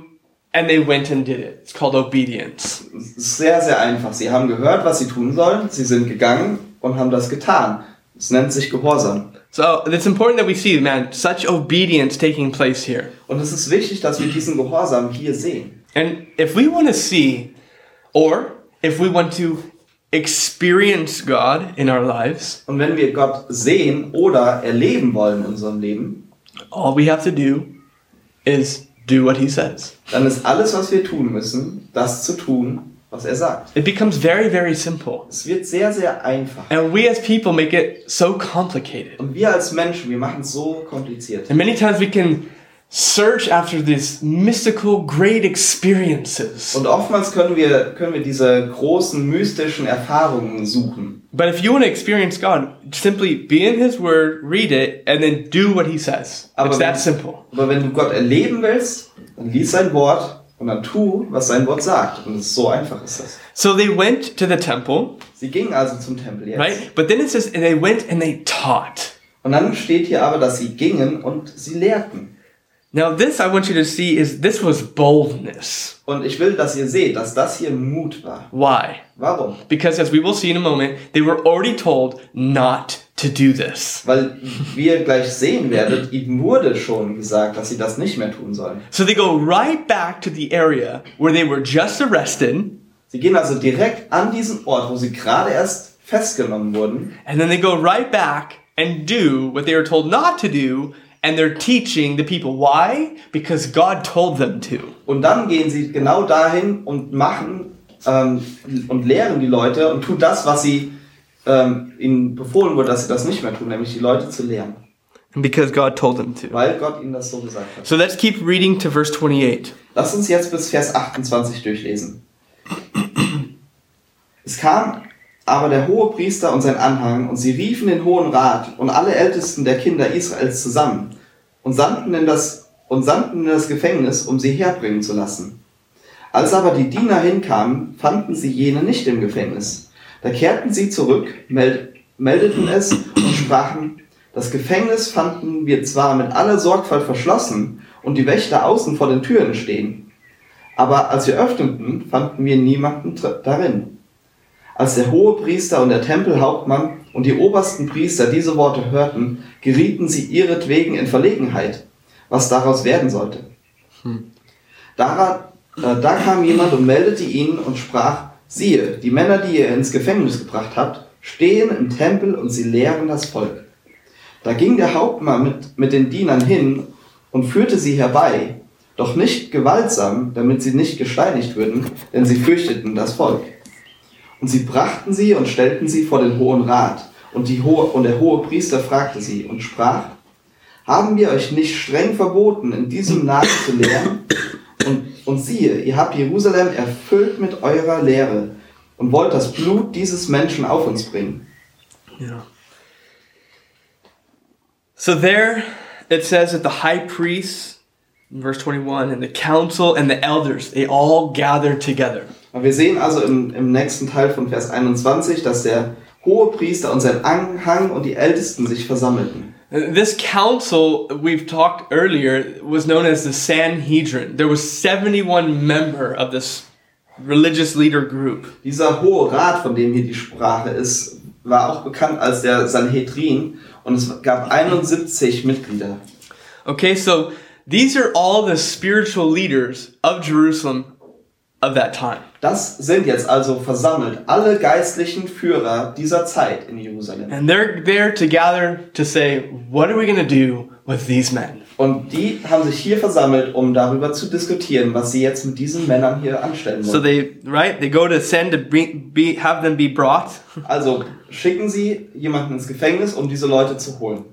and they went and did it. It's called obedience.
Es ist sehr, sehr einfach. Sie haben gehört, was sie tun sollen, sie sind gegangen und haben das getan. Es nennt sich Gehorsam.
So it's important that we see, man, such obedience taking place here.
Und es ist wichtig, dass wir diesen Gehorsam hier sehen.
And if we want to see, or if we want to experience God in our lives,
Und wenn wir Gott sehen oder erleben wollen in unserem Leben,
all we have to do is do what He says.
dann ist alles, was wir tun müssen, das zu tun, was er sagt.
It becomes very, very simple.
Es wird sehr, sehr einfach.
And we as people make it so complicated.
Und wir als Menschen, wir machen es so kompliziert.
And many times we can search after these mystical great experiences.
Und oftmals können wir, können wir diese großen mystischen Erfahrungen suchen.
But if you want to experience God, simply be in His Word, read it, and then do what He says.
Aber
it's
wenn-
that simple.
Aber wenn du Gott erleben willst, dann lies sein Wort und dann tu, was sein Wort sagt. Und es ist so einfach ist das.
So they went to the temple,
Sie gingen also zum Tempel jetzt.
right? But then it says, and they went and they taught.
Und dann steht hier aber, dass sie gingen und sie lehrten.
Now, this I want you to see is this was boldness.
Und ich will, dass ihr seht, dass das hier Mut war.
Why?
Warum?
Because as we will see in a moment, they were already told not to do this.
Weil, wie ihr gleich sehen werdet, ihm wurde schon gesagt, dass sie das nicht mehr tun sollen.
So they go right back to the area where they were just arrested.
Sie gehen also direkt an diesen Ort, wo sie gerade erst festgenommen wurden.
And then they go right back and do what they were told not to do, and they're teaching the people. Why? Because God told them to.
Und dann gehen sie genau dahin und machen ähm, und lehren die Leute und tun das, was sie ähm, ihnen befohlen wurde, dass sie das nicht mehr tun, nämlich die Leute zu lehren,
And because God told them to.
weil Gott ihnen das so gesagt hat.
So let's keep reading to verse 28.
Lass uns jetzt bis Vers 28 durchlesen. Es kam aber der hohe Priester und sein Anhang, und sie riefen den Hohen Rat und alle Ältesten der Kinder Israels zusammen und sandten in das, und sandten in das Gefängnis, um sie herbringen zu lassen. Als aber die Diener hinkamen, fanden sie jene nicht im Gefängnis. Da kehrten sie zurück, meld, meldeten es und sprachen, das Gefängnis fanden wir zwar mit aller Sorgfalt verschlossen und die Wächter außen vor den Türen stehen, aber als wir öffneten, fanden wir niemanden dr- darin. Als der hohe Priester und der Tempelhauptmann und die obersten Priester diese Worte hörten, gerieten sie ihretwegen in Verlegenheit, was daraus werden sollte. Da, äh, da kam jemand und meldete ihnen und sprach, siehe, die Männer, die ihr ins Gefängnis gebracht habt, stehen im Tempel und sie lehren das Volk. Da ging der Hauptmann mit, mit den Dienern hin und führte sie herbei, doch nicht gewaltsam, damit sie nicht gesteinigt würden, denn sie fürchteten das Volk. Und sie brachten sie und stellten sie vor den Hohen Rat. Und, die hohe, und der hohe Priester fragte sie und sprach, haben wir euch nicht streng verboten, in diesem Namen zu lehren? Und, und siehe, ihr habt Jerusalem erfüllt mit eurer Lehre und wollt das Blut dieses Menschen auf uns bringen.
Yeah. So there it says that the high priests, in verse 21, and the council and the elders, they all gathered together.
Und wir sehen also im, im nächsten Teil von Vers 21, dass der Hohepriester und sein Anhang und die Ältesten sich versammelten.
This council we've talked earlier was known as the Sanhedrin. There was 71 member of this religious leader group.
Dieser Hohe Rat, von dem hier die Sprache ist, war auch bekannt als der Sanhedrin und es gab 71 Mitglieder.
Okay, so these are all the spiritual leaders of Jerusalem of that time.
Das sind jetzt also versammelt alle geistlichen Führer dieser Zeit in Jerusalem.
And they're there to gather to say, what are we going to do with these men?
Und die haben sich hier versammelt, um darüber zu diskutieren, was sie jetzt mit diesen Männern hier anstellen
So
wollen.
they, right, they go to send to be, be, have them be brought.
Also schicken sie jemanden ins Gefängnis, um diese Leute zu holen.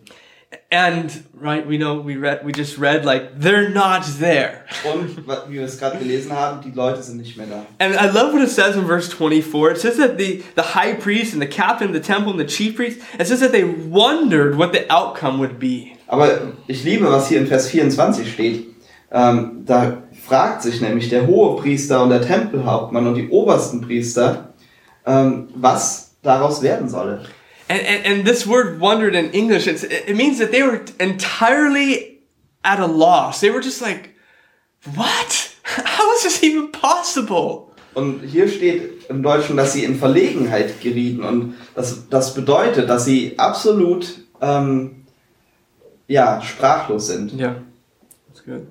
And, right, we know, we read, we just read, like, they're not there.
Und wa- wie wir es gerade gelesen haben, die Leute sind nicht mehr da.
And I love what it says in verse 24. It says that the, the high priest and the captain of the temple and the chief priest, it says that they wondered what the outcome would be.
Aber ich liebe, was hier in Vers 24 steht. Ähm, da fragt sich nämlich der Hohepriester und der Tempelhauptmann und die obersten Priester, ähm, was daraus werden solle.
And, and, and this word wondered in English, it's, it it means that they were entirely at a loss. They were just like, what? How is this even possible?
Und hier steht im Deutschen, dass sie in Verlegenheit gerieten. Und das, das bedeutet, dass sie absolut ähm, ja, sprachlos sind.
Yeah, that's good.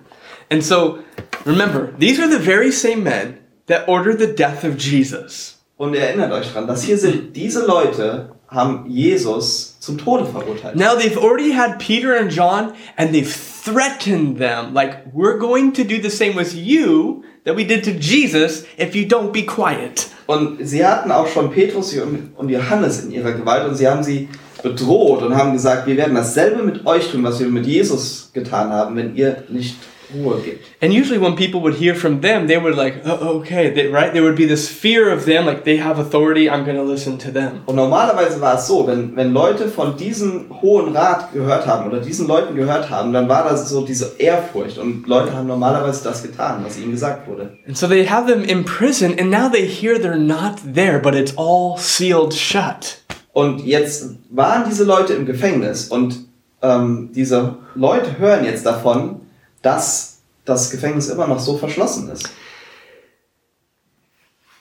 And so, remember, these are the very same men that ordered the death of Jesus.
Und erinnert euch dran, dass hier sind diese Leute haben Jesus zum Tode verurteilt.
Now they've already had Peter and John, and they've threatened them, like, we're going to do the same with you that we did to Jesus if you don't be quiet.
Und sie hatten auch schon Petrus und und Johannes in ihrer Gewalt und sie haben sie bedroht und haben gesagt, wir werden dasselbe mit euch tun, was wir mit Jesus getan haben, wenn ihr nicht Ruhe gebt.
And usually, when people would hear from them, they would, like, oh, okay, they, right? There would be this fear of them, like, they have authority, I'm going to listen to them.
Und normalerweise war es so, wenn, wenn Leute von diesem hohen Rat gehört haben oder diesen Leuten gehört haben, dann war das so diese Ehrfurcht und Leute haben normalerweise das getan, was ihnen gesagt wurde.
And so they have them in prison, and now they hear they're not there, but it's all sealed shut.
Und jetzt waren diese Leute im Gefängnis und ähm, diese Leute hören jetzt davon, dass das Gefängnis immer noch so verschlossen ist.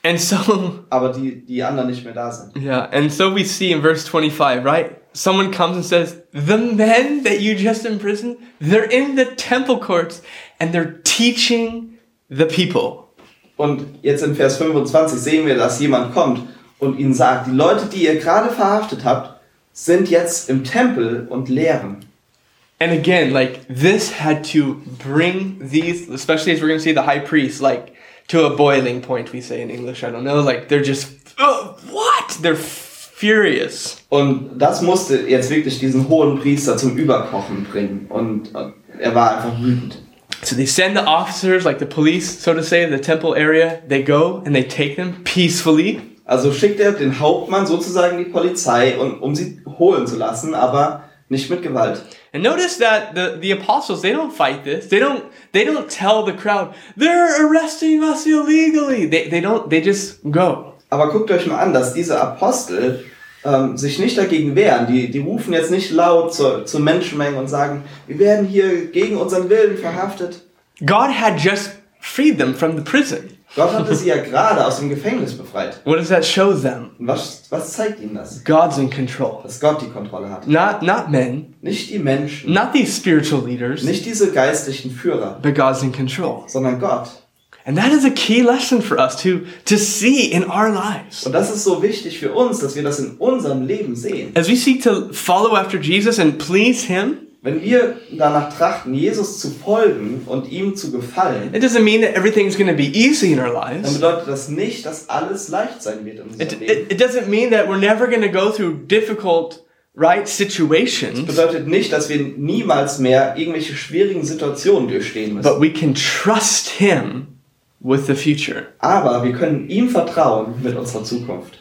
And so,
aber die, die anderen nicht mehr da sind.
yeah, and so we see in verse 25, right? Someone comes and says, The men that you just imprisoned, they're in the temple courts and they're teaching the people.
Und jetzt in Vers 25 sehen wir, dass jemand kommt und ihnen sagt, die Leute, die ihr gerade verhaftet habt, sind jetzt im Tempel und lehren.
And again, like, this had to bring these, especially as we're gonna see the high priest, like, to a boiling point, we say in English, I don't know. Like, they're just, oh, what? They're furious.
Und das musste jetzt wirklich diesen hohen Priester zum Überkochen bringen. Und äh, er war einfach wütend.
So they send the officers, like the police, so to say, the temple area. They go and they take them peacefully.
Also schickt er den Hauptmann sozusagen die Polizei, und, um sie holen zu lassen, aber nicht mit Gewalt.
And notice that the, the apostles they don't fight this. They don't they don't tell the crowd they're arresting us illegally. They, they don't they just go.
Aber guckt euch mal an, dass diese Apostel ähm, sich nicht dagegen wehren. Die, die rufen jetzt nicht laut zur, zur Menschenmenge und sagen, wir werden hier gegen unseren Willen verhaftet.
God had just freed them from the prison.
Gott hatte sie ja gerade aus dem Gefängnis befreit.
What does that show them?
Und was, was zeigt ihnen das?
God's in control.
Dass Gott die Kontrolle hat.
Not not men,
Nicht die Menschen,
not these spiritual leaders,
nicht diese geistlichen Führer,
but God's in control.
sondern Gott.
And that is a key lesson for us to to see in our lives.
Und das ist so wichtig für uns, dass wir das in unserem Leben sehen.
As we seek to follow after Jesus and please him,
Wenn wir danach trachten, Jesus zu folgen und ihm zu gefallen,
it doesn't mean that everything's going to be easy in our
dann
lives.
bedeutet das nicht, dass alles leicht sein wird in unserem
It,
Leben.
it, it doesn't mean that we're never going to go through difficult, right, situations,
bedeutet nicht, dass wir niemals mehr irgendwelche schwierigen Situationen durchstehen
but
müssen.
we can trust Him with the future.
Aber wir können ihm vertrauen mit unserer Zukunft.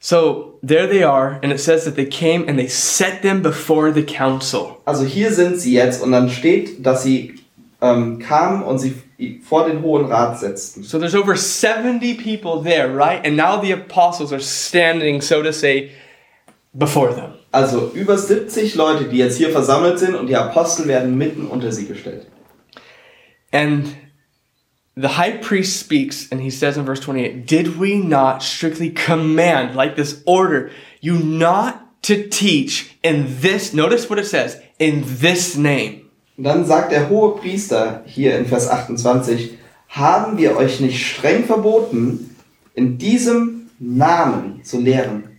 So there they are, and it says that they came and they set them before the council.
Also hier sind sie jetzt und dann steht, dass sie äh, ähm, kamen und sie vor den Hohen Rat setzten.
So there's over 70 people there, right? And now the apostles are standing, so to say, before them.
Also über 70 Leute, die jetzt hier versammelt sind und die Apostel werden mitten unter sie gestellt.
And the high priest speaks and he says in verse 28 Did we not strictly command, like this order, you not to teach in this? Notice what it says in this name.
Und dann sagt der hohe Priester hier in Vers 28, haben wir euch nicht streng verboten, in diesem Namen zu lehren?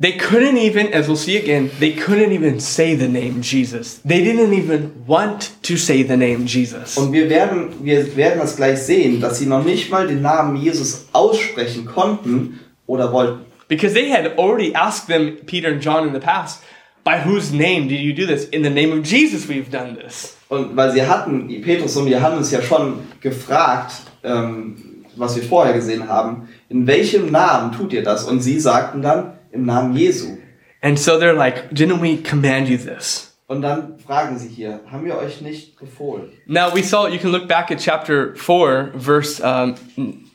They couldn't even, as we'll see again, they couldn't even say the name Jesus. They didn't even want to say the name Jesus.
Und wir werden, wir werden das gleich sehen, dass sie noch nicht mal den Namen Jesus aussprechen konnten oder wollten.
Because they had already asked them, Peter and John in the past, by whose name did you do this? In the name of Jesus, we've done this.
Und weil sie hatten, Petrus und Johannes ja schon gefragt, ähm, was wir vorher gesehen haben, in welchem Namen tut ihr das? Und sie sagten dann, im Namen Jesu.
And so they're like, Didn't we command you this?
Und dann fragen sie hier, haben wir euch nicht befohlen?
Now we saw, you can look back at chapter 4, verse um,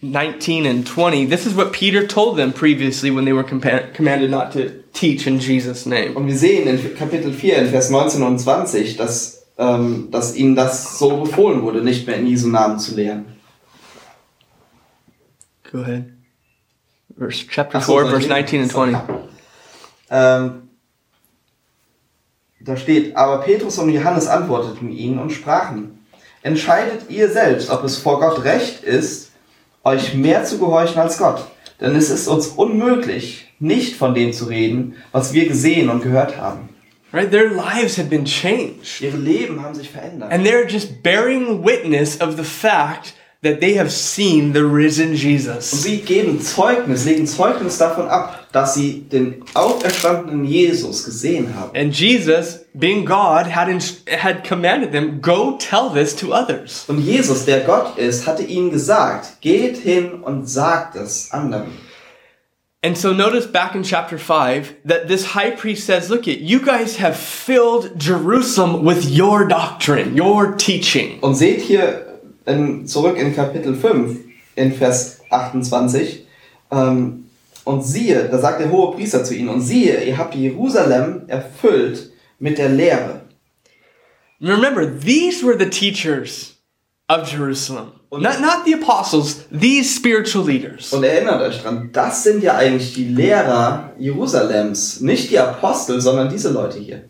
19 and 20. This is what Peter told them previously when they were compa- commanded not to teach in Jesus' name.
Und wir sehen in Kapitel 4, in Vers 19 und 20, dass, ähm, dass ihnen das so befohlen wurde, nicht mehr in Jesu Namen zu lehren.
Go ahead. Verse, chapter
Ach so,
4,
soll ich
verse 19
lesen?
and
Sorry.
20.
Ähm, da steht, aber Petrus und Johannes antworteten ihnen und sprachen, entscheidet ihr selbst, ob es vor Gott recht ist, euch mehr zu gehorchen als Gott. Denn es ist uns unmöglich, nicht von dem zu reden, was wir gesehen und gehört haben.
Right? Their lives had been changed.
Ihre Leben haben sich verändert.
And they're just bearing witness of the fact that they have seen the risen
Und
Jesus.
Sie geben Zeugnis, legen Zeugnis davon ab, dass sie den auferstandenen Jesus gesehen haben.
And Jesus, being God, had, ins- had commanded them, go tell this to others.
Und Jesus, der Gott ist, hatte ihnen gesagt, geht hin und sagt es anderen.
And so notice back in chapter 5 that this high priest says, look it, you guys have filled Jerusalem with your doctrine, your teaching.
Und seht hier in, zurück in Kapitel 5, in Vers 28, ähm, und siehe, da sagt der hohe Priester zu ihnen, und siehe, ihr habt Jerusalem erfüllt mit der Lehre.
Remember, these were the teachers of Jerusalem. Not, not the apostles, these spiritual leaders.
Und erinnert euch dran, das sind ja eigentlich die Lehrer Jerusalems, nicht die Apostel, sondern diese Leute hier.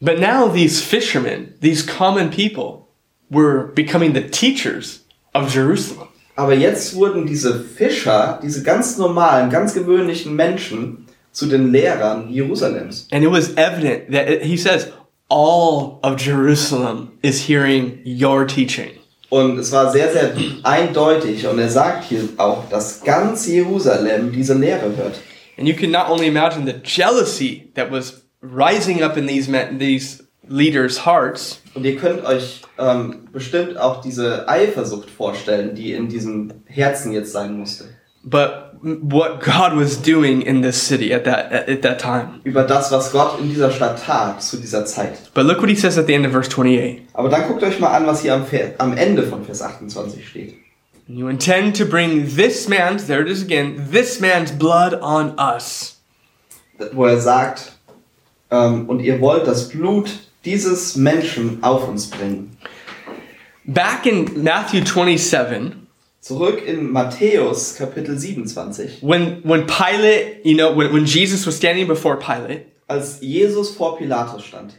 But now these fishermen, these common people, were becoming the teachers of Jerusalem.
Aber jetzt wurden diese Fischer, diese ganz normalen, ganz gewöhnlichen Menschen zu den Lehrern Jerusalems.
And it was evident that it- he says, all of Jerusalem is hearing your teaching.
Und es war sehr, sehr eindeutig. Und er sagt hier auch, dass ganz Jerusalem diese Lehre hört.
And you can not only imagine the jealousy that was rising up in these men, these leaders' hearts,
Und ihr könnt euch ähm, bestimmt auch diese Eifersucht vorstellen, die in diesem Herzen jetzt sein musste.
but what God was doing in this city at that at, at that time.
Über das, was Gott in dieser Stadt tat zu dieser Zeit.
But look what he says at the end of verse 28.
Aber dann guckt euch mal an, was hier am, Ver- am Ende von Vers 28 steht.
You intend to bring this man's, there it is again, this man's blood on us.
wo er sagt, ähm, und ihr wollt das Blut dieses Menschen auf uns bringen.
Back in Matthew 27,
Zurück in Matthäus Kapitel 27,
when when Pilate, you know, when, when Jesus was standing before Pilate,
als Jesus vor Pilatus stand.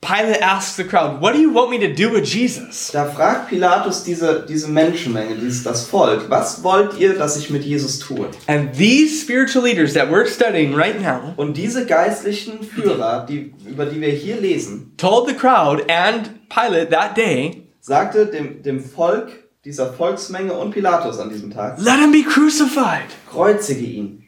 Pilate asked the crowd, "What do you want me to do with Jesus?"
Da fragt Pilatus diese, diese Menschenmenge, dieses, das Volk, was wollt ihr, dass ich mit Jesus tue?
And these spiritual leaders that we're studying right now
Und diese geistlichen Führer, die, über die wir hier lesen,
told the crowd and Pilate that day,
sagte dem, dem Volk, dieser Volksmenge und Pilatus an diesem Tag,
"Let him be crucified."
kreuzige ihn.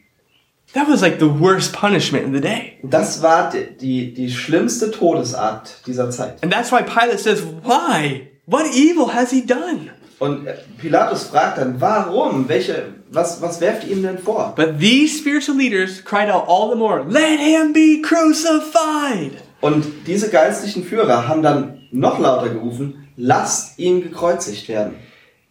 That was like the worst punishment of the day.
Das war die, die, die schlimmste Todesart dieser Zeit.
And that's why Pilate says, "Why? What evil has he done?"
Und Pilatus fragt dann, warum? Welche, was, was werft ihr ihm denn vor?
But these spiritual leaders cried out all the more, "Let him be crucified!"
Und diese geistlichen Führer haben dann noch lauter gerufen, lasst ihn gekreuzigt werden.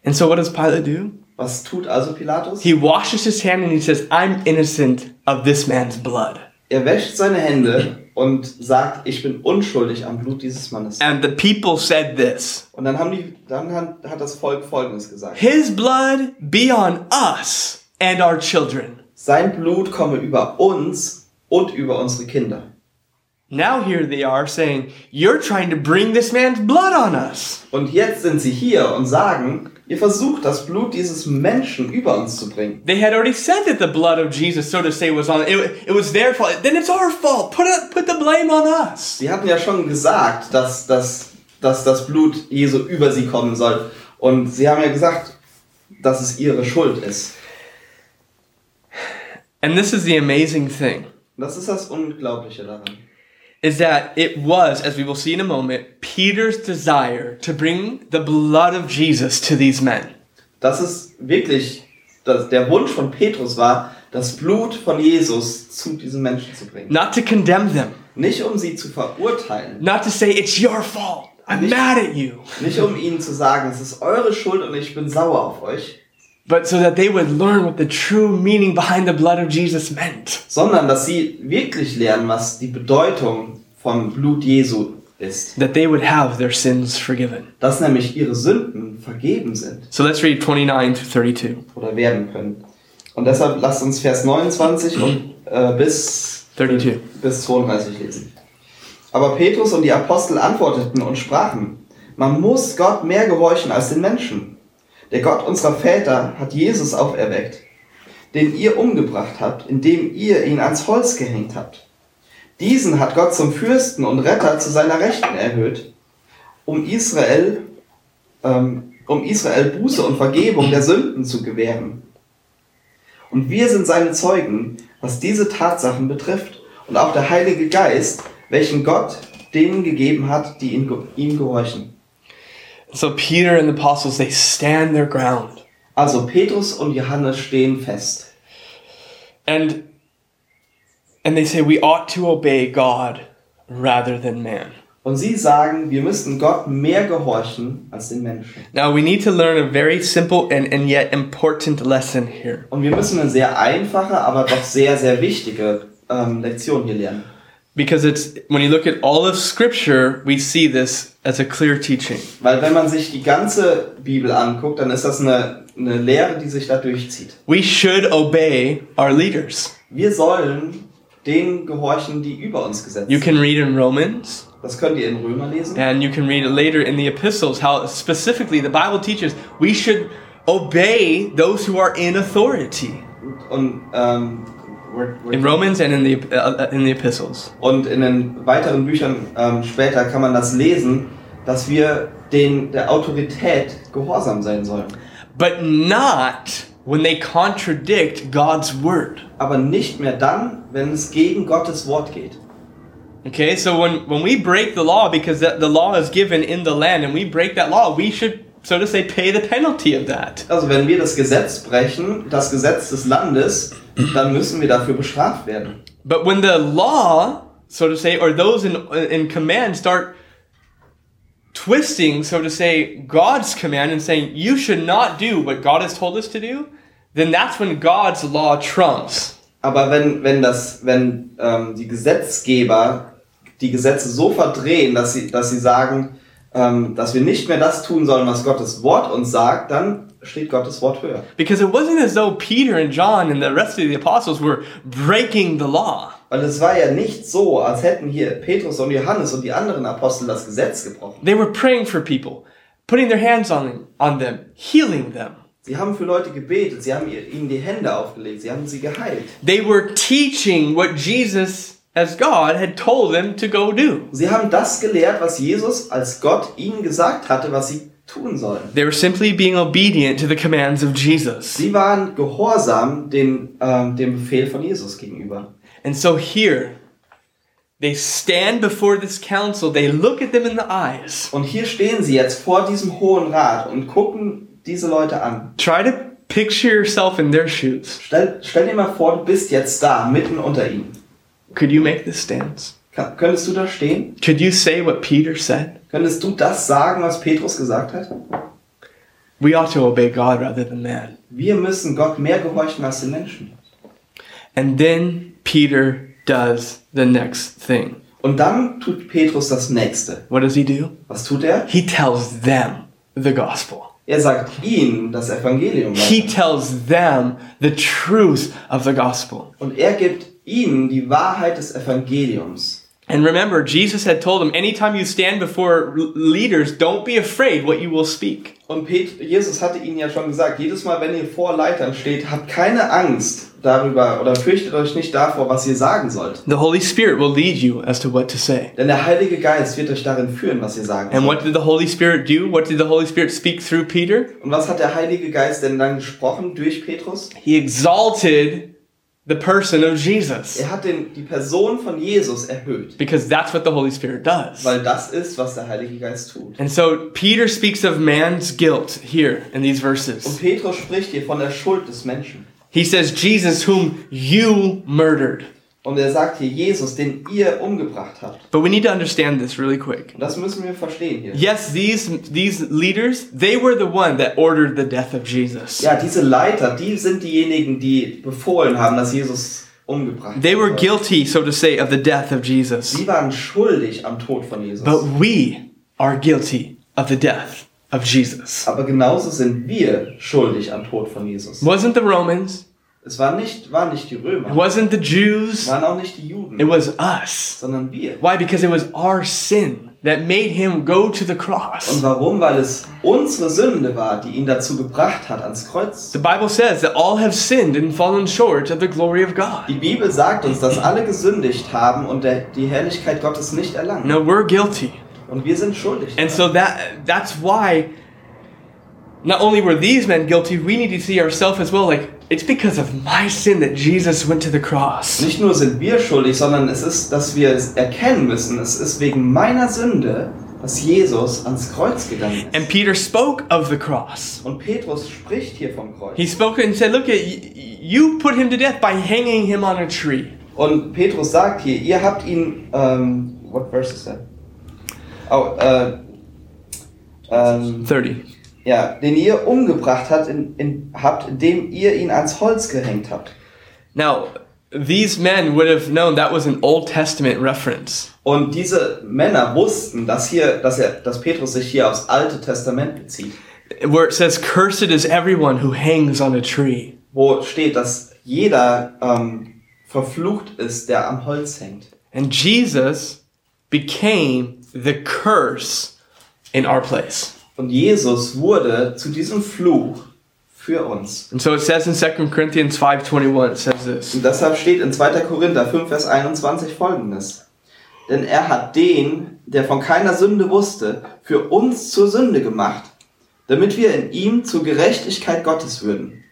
And so what does Pilate do?
Was tut also Pilatus?
He washes his hand and he says, I'm innocent of this man's blood.
Er wäscht seine Hände und sagt, ich bin unschuldig am Blut dieses Mannes.
And the people said this
Und dann, haben die, dann hat, hat das Volk Folgendes gesagt.
His blood be on us and our children.
Sein Blut komme über uns und über unsere Kinder.
Now here they are saying, You're trying to bring this man's blood on us.
Und jetzt sind sie hier und sagen, ihr versucht das Blut dieses Menschen über uns zu bringen.
They had already said that the blood of Jesus, so to say, was on it. It was their fault. Then it's our fault. Put it, put the blame on us.
Sie hatten ja schon gesagt, dass, dass, dass das Blut Jesu über sie kommen soll. Und sie haben ja gesagt, dass es ihre Schuld ist.
And this is the amazing thing.
Und das ist das Unglaubliche daran.
is that it was, as we will see in a moment, Peter's desire to bring the blood of Jesus to these men.
dass es wirklich dass der Wunsch von Petrus war, das Blut von Jesus zu diesen Menschen zu bringen.
Not to condemn them,
Nicht um sie zu verurteilen,
not to say, it's your fault, I'm mad at you,
nicht um ihnen zu sagen, es ist eure Schuld und ich bin sauer auf euch,
but so that they would learn what the true meaning behind the blood of Jesus meant.
sondern dass sie wirklich lernen, was die Bedeutung vom Blut Jesu ist.
That they would have their sins forgiven.
Dass nämlich ihre Sünden vergeben sind
So let's read 29 to 32.
oder werden können. Und deshalb lasst uns Vers 29 und äh, bis
32.
bis 32 lesen. Aber Petrus und die Apostel antworteten und sprachen, man muss Gott mehr gehorchen als den Menschen. Der Gott unserer Väter hat Jesus auferweckt, den ihr umgebracht habt, indem ihr ihn ans Holz gehängt habt. Diesen hat Gott zum Fürsten und Retter zu seiner Rechten erhöht, um Israel, ähm, um Israel Buße und Vergebung der Sünden zu gewähren. Und wir sind seine Zeugen, was diese Tatsachen betrifft, und auch der Heilige Geist, welchen Gott denen gegeben hat, die ihn, ge- ihm gehorchen.
So Peter and the apostles, they stand their ground.
Also Petrus und Johannes stehen fest.
And and they say we ought to obey God rather than man.
Und sie sagen, wir müssen Gott mehr gehorchen als den Menschen.
Now we need to learn a very simple and, and yet important lesson here.
Und wir müssen eine sehr einfache, aber doch sehr, sehr wichtige ähm, Lektion hier lernen.
Because it's when you look at all of scripture, we see this as a clear teaching.
Weil wenn man sich die ganze Bibel anguckt, dann ist das eine, eine Lehre, die sich da durchzieht.
We should obey our leaders.
Wir sollen denen gehorchen, die über uns gesetzt
You
sind.
can read in Romans
Das könnt ihr in Römer lesen.
and you can read it later in the epistles how specifically the Bible teaches we should obey those who are in authority.
Und, ähm, Re- Re-
In Romans and in the uh, in the epistles.
und in den weiteren Büchern ähm, später kann man das lesen, dass wir den, der Autorität gehorsam sein sollen.
But not when they contradict God's word.
Aber nicht mehr dann, wenn es gegen Gottes Wort geht.
Okay, so when, when we break the law because the, the law is given in the land and we break that law, we should, so to say, pay the penalty of that.
Also wenn wir das Gesetz brechen, das Gesetz des Landes, dann müssen wir dafür bestraft werden.
But when the law, so to say, or those in, in command start twisting, so to say, God's command and saying, you should not do what God has told us to do, then that's when God's law trumps.
Aber wenn, wenn, das, wenn ähm, die Gesetzgeber die Gesetze so verdrehen, dass sie, dass sie sagen, ähm, dass wir nicht mehr das tun sollen, was Gottes Wort uns sagt, dann steht Gottes Wort höher.
Because it wasn't as though Peter and John and the rest of the apostles were breaking the law.
Weil es war ja nicht so, als hätten hier Petrus und Johannes und die anderen Apostel das Gesetz gebrochen.
They were praying for people, putting their hands on them, on them, healing them.
Sie haben für Leute gebetet, sie haben ihr- ihnen die Hände aufgelegt, sie haben sie geheilt.
They were teaching what Jesus as God had told them to go do.
Sie haben das gelehrt, was Jesus als Gott ihnen gesagt hatte, was sie tun sollen.
They were simply being obedient to the commands of Jesus.
Sie waren gehorsam dem, ähm, dem Befehl von Jesus gegenüber.
And so here, they stand before this council, they look at them in the eyes,
Und hier stehen sie jetzt vor diesem Hohen Rat und gucken diese Leute an.
try to picture yourself in their shoes.
Stell, stell dir mal vor, du bist jetzt da, mitten unter ihnen.
Could you make this stance?
Ka- Könntest du da stehen?
Could you say what Peter said?
Könntest du das sagen, was Petrus gesagt hat?
We ought to obey God rather than man.
Wir müssen Gott mehr gehorchen als den Menschen.
And then Peter does the next thing.
Und dann tut Petrus das Nächste.
What does he do?
Was tut er?
He tells them the gospel.
Er sagt ihnen das Evangelium.
He
weiter.
tells them the truth of the gospel.
Und er gibt ihnen die Wahrheit des Evangeliums.
And remember, Jesus had told them, anytime you stand before l- leaders, don't be afraid what you will speak.
Und Pet Jesus hatte ihnen ja schon gesagt, jedes Mal, wenn ihr vor Leitern steht, habt keine Angst darüber oder fürchtet euch nicht davor, was ihr sagen sollt.
The Holy Spirit will lead you as to what to say.
Denn der Heilige Geist wird euch darin führen, was ihr sagen
And
sollt.
what did the Holy Spirit do? What did the Holy Spirit speak through Peter?
Und was hat der Heilige Geist denn dann gesprochen durch Petrus?
He exalted the person of Jesus
Er hat den, die Person von Jesus erhöht,
because that's what the Holy Spirit does.
weil das ist, was der Heilige Geist tut.
And so Peter speaks of man's guilt here in these
Und
verses.
Petrus spricht hier von der Schuld des Menschen.
He says, Jesus, whom you murdered.
Und er sagt hier Jesus, den ihr umgebracht habt.
But we need to understand this really quick.
Und das müssen wir verstehen hier.
Yes, these, these leaders, they were the one that ordered the death of Jesus.
Ja, diese Leiter, die sind diejenigen, die befohlen haben, dass Jesus umgebracht
They were
wurde.
guilty, so to say, of the death of Jesus.
Sie waren schuldig am Tod von Jesus.
But we are guilty of the death of Jesus.
Aber genauso sind wir schuldig am Tod von Jesus.
Wasn't the Romans,
Es waren nicht, waren nicht die
it
Römer,
wasn't the Jews,
waren auch nicht die
it
Juden,
was us.
sondern wir.
Why? Because it was our sin that made him go to the
Und
cross.
warum? Weil es unsere Sünde war, die ihn dazu gebracht hat ans Kreuz.
The Bible says that all have sinned and fallen short of the glory of God.
Die Bibel sagt uns, dass alle gesündigt haben und der, die Herrlichkeit Gottes nicht erlangen.
No, we're guilty.
Und wir sind schuldig.
And so that that's why not only were these men guilty, we need to see ourselves as well like it's because of my sin that Jesus went to the cross.
Nicht nur sind wir schuldig, sondern es ist, dass wir es erkennen müssen. Es ist wegen meiner Sünde, dass Jesus ans Kreuz gegangen
And
ist.
Peter spoke of the cross.
Und Petrus spricht hier vom Kreuz.
He spoke and said, "Look, y- y- you put him to death by hanging him on a tree."
Und Petrus sagt hier, ihr habt ihn, ähm, what verse is that? Oh, äh, ähm,
30.
ja, den ihr umgebracht habt, in, in, habt, indem ihr ihn ans Holz gehängt habt.
Now, these men would have known that was an Old Testament reference.
Und diese Männer wussten, dass hier, dass er, dass Petrus sich hier aufs Alte Testament bezieht,
Where it says, Cursed is everyone who hangs on a tree.
wo steht, dass jeder ähm, verflucht ist, der am Holz hängt.
And Jesus became the curse in our place.
Und Jesus wurde zu diesem Fluch für uns.
And so it says in 2 Corinthians 5.21, it says this.
Und deshalb steht in 2. Korinther 5, Vers 21 folgendes. Denn er hat den, der von keiner Sünde wusste, für uns zur Sünde gemacht, damit wir in ihm zur Gerechtigkeit Gottes würden.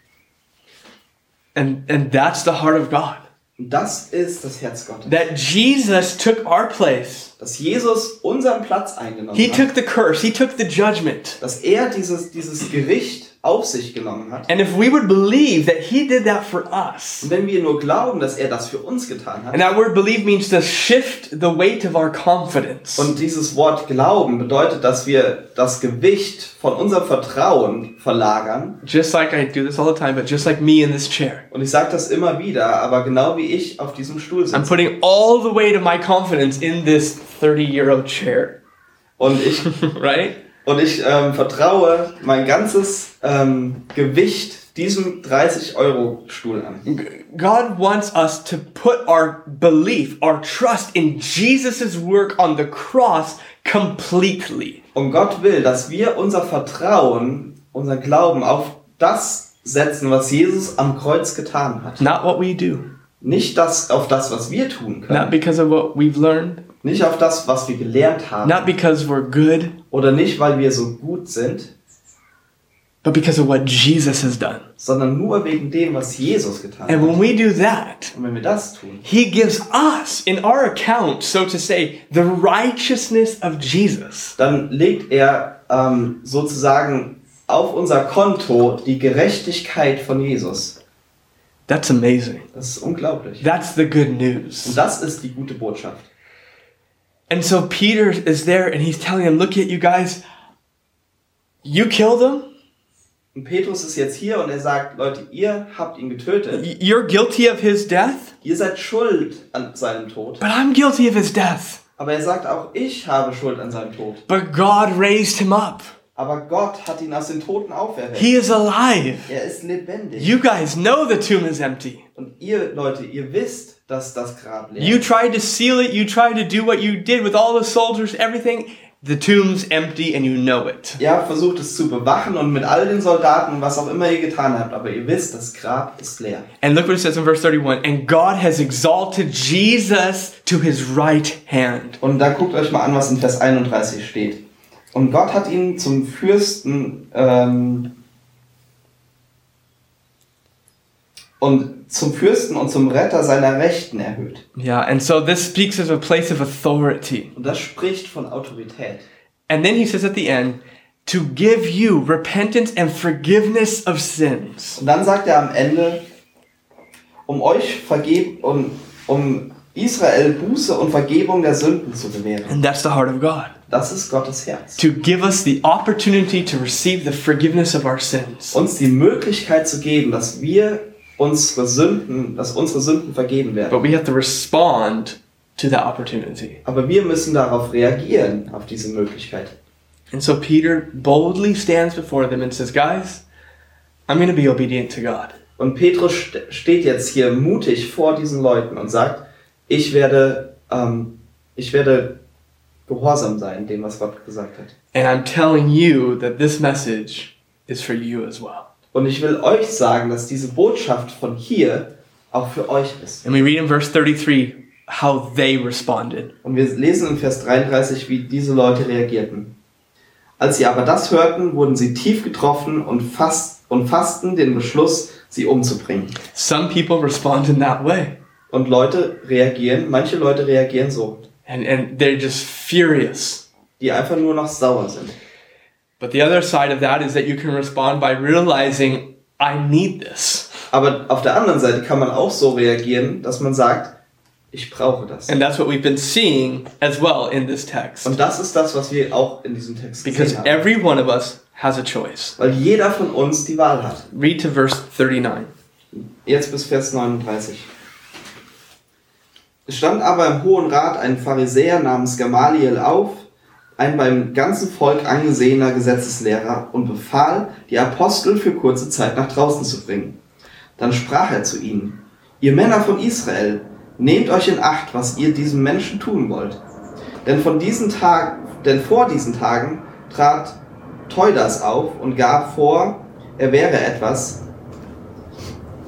And, and that's the heart of God.
Und das ist das Herz Gottes.
That Jesus took our place.
Dass Jesus unseren Platz eingenommen
He
hat.
took the curse. He took the judgment.
Dass er dieses, dieses Gericht auf sich genommen hat.
And if we would believe that he did that for
Und
us,
wenn wir nur glauben, dass er das für uns getan hat,
and that word believe means to shift the weight of our confidence.
Und dieses Wort Glauben bedeutet, dass wir das Gewicht von unserem Vertrauen verlagern.
Just like I do this all the time, but just like me in this chair.
Und ich sage das immer wieder, aber genau wie ich auf diesem Stuhl
I'm
sitze.
putting all the weight of my confidence in this 30 year old chair,
Und ich,
right?
und ich ähm, vertraue mein ganzes ähm, Gewicht diesem 30-Euro-Stuhl an.
G- God wants us to put our belief, our trust in Jesus' work on the cross completely.
Und Um Gott will, dass wir unser Vertrauen, unser Glauben auf das setzen, was Jesus am Kreuz getan hat.
Not what we do,
Nicht das, auf das, was wir tun
not
können.
because of what we've learned,
Nicht auf das, was wir gelernt haben.
not because we're good,
Oder nicht, weil wir so gut sind,
but because of what Jesus has done.
sondern nur wegen dem, was Jesus getan
And when
hat.
we do that,
Und wenn wir das tun,
He gives us, in our account, so to say, the righteousness of Jesus.
dann legt er ähm, sozusagen auf unser Konto die Gerechtigkeit von Jesus.
That's amazing.
Das ist unglaublich.
That's the good
Und
news.
das ist die gute Botschaft.
And so Peter is there and he's telling them, look at you guys, you killed him.
Und Petrus ist jetzt hier und er sagt, Leute, ihr habt ihn getötet.
Y- You're guilty of his death,
Ihr seid schuld an seinem Tod.
but I'm guilty of his death.
Aber er sagt auch, ich habe Schuld an seinem Tod.
But God raised him up.
Aber Gott hat ihn aus den Toten auferweckt.
He is alive.
Er ist lebendig.
You guys know the tomb is empty.
Und ihr, Leute, ihr wisst, dass das Grab leer
You
ist.
tried to seal it, you tried to do what you did with all the soldiers, everything. The tomb's empty and you know it.
Ihr habt versucht, es zu bewachen und mit all den Soldaten und was auch immer ihr getan habt. Aber ihr wisst, das Grab ist leer.
And look what it says in verse 31 And God has exalted Jesus to his right hand.
Und da guckt euch mal an, was in Vers 31 steht. Und Gott hat ihn zum Fürsten ähm, und zum Fürsten und zum Retter seiner Rechten erhöht.
Yeah, and so this speaks of a place of authority.
Und das spricht von Autorität.
And then he says at the end, to give you repentance and forgiveness of sins.
Und dann sagt er am Ende, um euch vergeb um, um Israel Buße und Vergebung der Sünden zu gewähren.
And that's the heart of God.
Das ist Gottes Herz.
To give us the opportunity to receive the forgiveness of our sins.
Uns die Möglichkeit zu geben, dass wir unsere Sünden, dass unsere Sünden vergeben werden.
But we have to respond to that opportunity.
Aber wir müssen darauf reagieren, auf diese Möglichkeit.
And so Peter boldly stands before them and says, Guys, I'm going to be obedient to God.
Und Petrus st steht jetzt hier mutig vor diesen Leuten und sagt, ich werde, ähm, ich werde gehorsam sein, dem, was Gott gesagt hat.
And I'm telling you that this message is for you as well.
Und ich will euch sagen, dass diese Botschaft von hier auch für euch ist.
And we read in verse 33 how they responded.
Und wir lesen in Vers 33, wie diese Leute reagierten. Als sie aber das hörten, wurden sie tief getroffen und, fast, und fassten den Beschluss, sie umzubringen.
Some people respond in that way.
Und Leute reagieren, manche Leute reagieren so.
and and they're just furious.
die einfach nur noch sauer sind.
But the other side of that is that you can respond by realizing I need this.
Aber auf der anderen Seite kann man auch so reagieren, dass man sagt, ich brauche das.
And that's what we've been seeing as well in this text.
Und das ist das, was wir auch in diesem Text
Because
gesehen haben.
every one of us has a choice.
Weil jeder von uns die Wahl hat.
Read to verse 39.
Jetzt bis Vers 39. Es stand aber im Hohen Rat ein Pharisäer namens Gamaliel auf, ein beim ganzen Volk angesehener Gesetzeslehrer, und befahl, die Apostel für kurze Zeit nach draußen zu bringen. Dann sprach er zu ihnen, ihr Männer von Israel, nehmt euch in Acht, was ihr diesem Menschen tun wollt. Denn, von diesen Tag, denn vor diesen Tagen trat Teudas auf und gab vor, er wäre etwas,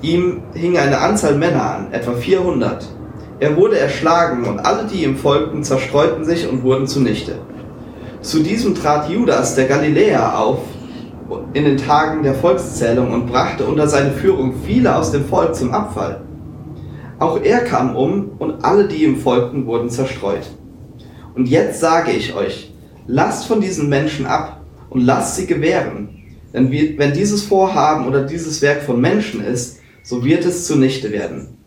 Ihm hing eine Anzahl Männer an, etwa 400. Er wurde erschlagen und alle, die ihm folgten, zerstreuten sich und wurden zunichte. Zu diesem trat Judas der Galiläer auf in den Tagen der Volkszählung und brachte unter seine Führung viele aus dem Volk zum Abfall. Auch er kam um und alle, die ihm folgten, wurden zerstreut. Und jetzt sage ich euch, lasst von diesen Menschen ab und lasst sie gewähren. Denn wir, wenn dieses Vorhaben oder dieses Werk von Menschen ist, so wird es zunichte werden.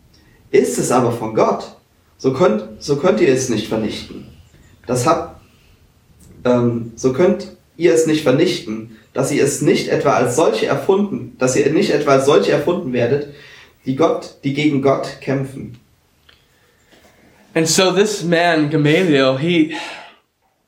Ist es aber von Gott, so könnt, so könnt ihr es nicht vernichten. Das habt, ähm, so könnt ihr es nicht vernichten, dass ihr es nicht etwa als solche erfunden, dass ihr nicht etwa als solche erfunden werdet, die Gott, die gegen Gott kämpfen.
And so this man Gamaliel, he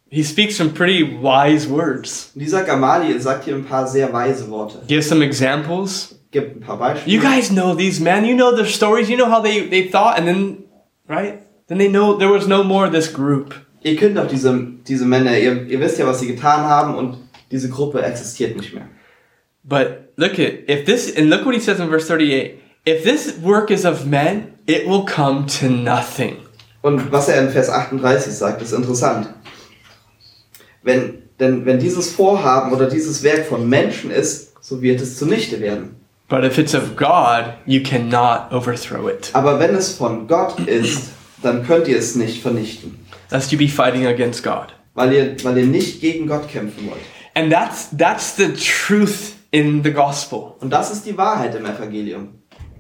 he speaks some pretty wise words.
Und dieser Gamaliel sagt hier ein paar sehr weise Worte.
Give some examples.
Gibt ein paar Beispiele.
You guys know these men. You know their stories. You know how they, they thought, and then, right? Then they know there was no more of this group.
Ihr kennt doch diese, diese Männer, ihr, ihr wisst ja, was sie getan haben und diese Gruppe existiert nicht mehr.
But look at if this, and look what he says in verse 38 if this work is of men, it will come to nothing.
Und was er in Vers 38 sagt, ist interessant. Wenn, denn wenn dieses Vorhaben oder dieses Werk von Menschen ist, so wird es zunichte werden.
But if it's of God, you cannot overthrow it,
Aber wenn es von Gott ist, dann könnt ihr es nicht vernichten,
lest you be fighting against God.
weil ihr, weil ihr nicht gegen Gott kämpfen wollt.
And that's that's the truth in the gospel.
Und das ist die Wahrheit im Evangelium.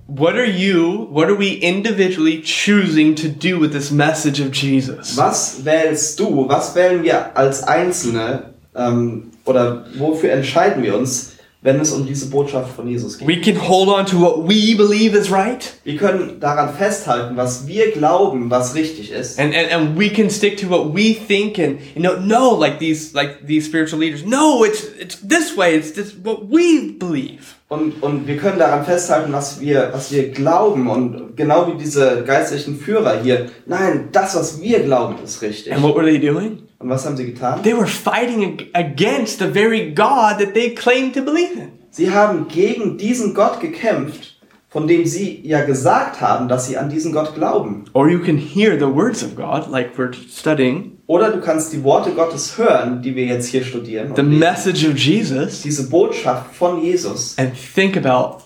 What are you, what are we individually choosing to do with this message of Jesus?
Was wählst du? Was wählen wir als Einzelne? Ähm, oder wofür entscheiden wir uns, wenn es um diese Botschaft von Jesus geht?
We can hold on to what we believe is right,
Wir können daran festhalten, was wir glauben, was richtig ist.
and, and, and we can stick to what we think and you know, no, like these like these spiritual leaders. No, it's it's this way, it's this what we believe.
Und, und wir können daran festhalten, was wir, was wir glauben. Und genau wie diese geistlichen Führer hier. Nein, das, was wir glauben, ist richtig.
And what were they doing?
Und was haben sie getan?
They were fighting ag- against the very God that they claimed to believe in.
Sie haben gegen diesen Gott gekämpft, von dem sie ja gesagt haben, dass sie an diesen Gott glauben.
Or you can hear the words of God, like we're studying,
Oder du kannst die Worte Gottes hören, die wir jetzt hier studieren.
the
Und
message of Jesus,
diese Botschaft von Jesus
and think about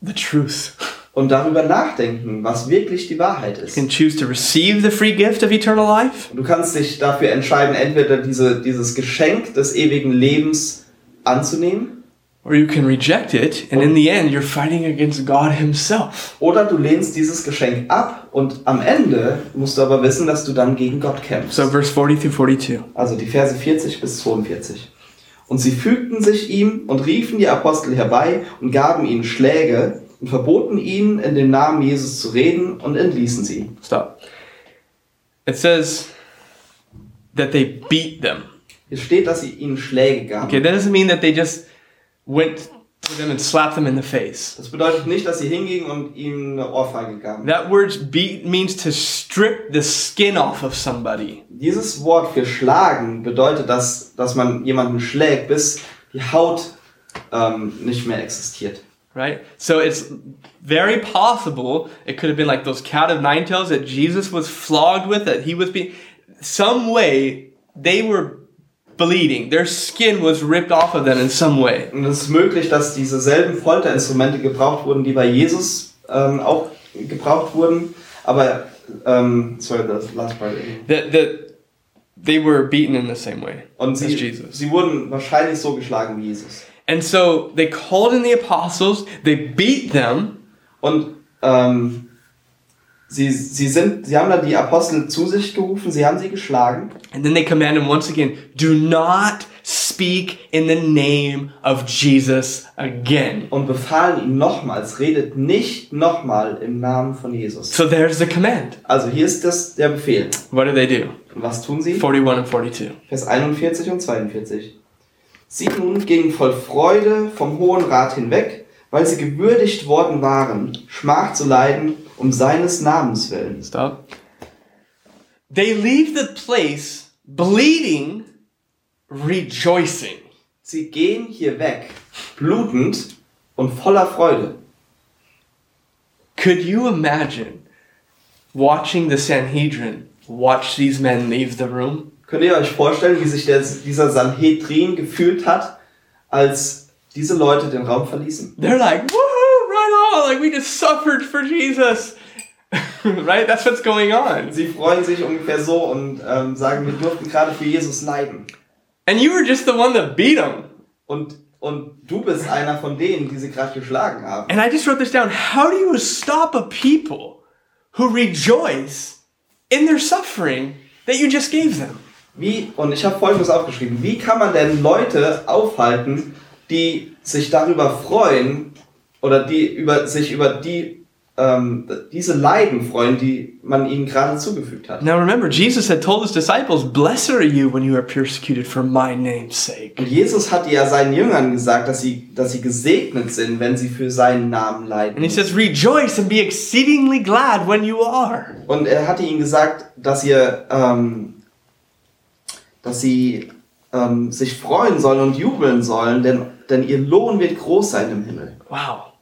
the truth.
und darüber nachdenken, was wirklich die Wahrheit ist.
You can choose to receive the free gift of eternal life,
Und Du kannst dich dafür entscheiden, entweder diese, dieses Geschenk des ewigen Lebens anzunehmen
or you can reject it, and in the end, you're fighting against God Himself.
oder du lehnst dieses Geschenk ab und am Ende musst du aber wissen, dass du dann gegen Gott kämpfst.
So, verse 40 through 42.
also die Verse 40 bis 42. Und sie fügten sich ihm und riefen die Apostel herbei und gaben ihnen Schläge und verboten ihnen, in dem Namen Jesus zu reden und entließen sie.
Stop. It says that they beat them.
Hier steht, dass sie ihnen Schläge gaben.
Okay, that doesn't mean that they just went to them and slapped them in the face.
Das bedeutet nicht, dass sie hingingen und ihnen eine Ohrfeige gaben.
That word beat means to strip the skin off of somebody.
Dieses Wort für schlagen bedeutet, dass, dass man jemanden schlägt, bis die Haut ähm, nicht mehr existiert.
Right? So it's very possible it could have been like those cat of nine tails that Jesus was flogged with, that he was being. Some way they were bleeding. Their skin was ripped off of them in some way.
Und es ist möglich, dass dieselben Folterinstrumente gebraucht wurden, die bei Jesus ähm, auch gebraucht wurden. Aber, ähm, sorry, das last part.
That, that they were beaten in the same way
Und
as
sie,
Jesus.
sie wurden wahrscheinlich so geschlagen wie Jesus.
And so they called in the apostles, they beat them,
Und ähm, sie, sie, sind, sie haben da die Apostel zu sich gerufen, sie haben sie geschlagen.
and then they command them once again do not speak in the name of Jesus again.
und befahlen ihm nochmals, redet nicht nochmal im Namen von Jesus.
So there's the command.
Also hier ist das der Befehl.
What do they do?
Und was tun sie?
41 and 42.
Vers 41 und 42. Sie nun gingen voll Freude vom Hohen Rat hinweg, weil sie gewürdigt worden waren, Schmach zu leiden um seines Namens willen.
Stop. They leave the place bleeding, rejoicing.
Sie gehen hier weg, blutend und voller Freude.
Could you imagine watching the Sanhedrin watch these men leave the room?
Könnt ihr euch vorstellen, wie sich der, dieser Sanhedrin gefühlt hat, als diese Leute den Raum verließen?
They're like, woohoo, right on! Like, we just suffered for Jesus. right? That's what's going on.
Sie freuen sich ungefähr so und ähm, sagen, wir durften gerade für Jesus leiden.
And you were just the one that beat them.
Und, und du bist einer von denen, die sie gerade geschlagen haben.
And I just wrote this down. How do you stop a people who rejoice in their suffering that you just gave them?
Wie, und ich habe Folgendes aufgeschrieben. Wie kann man denn Leute aufhalten, die sich darüber freuen oder die über, sich über die, ähm, diese Leiden freuen, die man ihnen gerade zugefügt hat?
Now remember, Jesus had told his disciples, Blessed are you when you are persecuted for my name's sake.
Und Jesus hatte ja seinen Jüngern gesagt, dass sie, dass sie gesegnet sind, wenn sie für seinen Namen leiden.
And he says, Rejoice and be exceedingly glad when you are.
Und er hatte ihnen gesagt, dass ihr, ähm, dass sie ähm, sich freuen sollen und jubeln sollen, denn, denn ihr Lohn wird groß sein im Himmel.
Wow.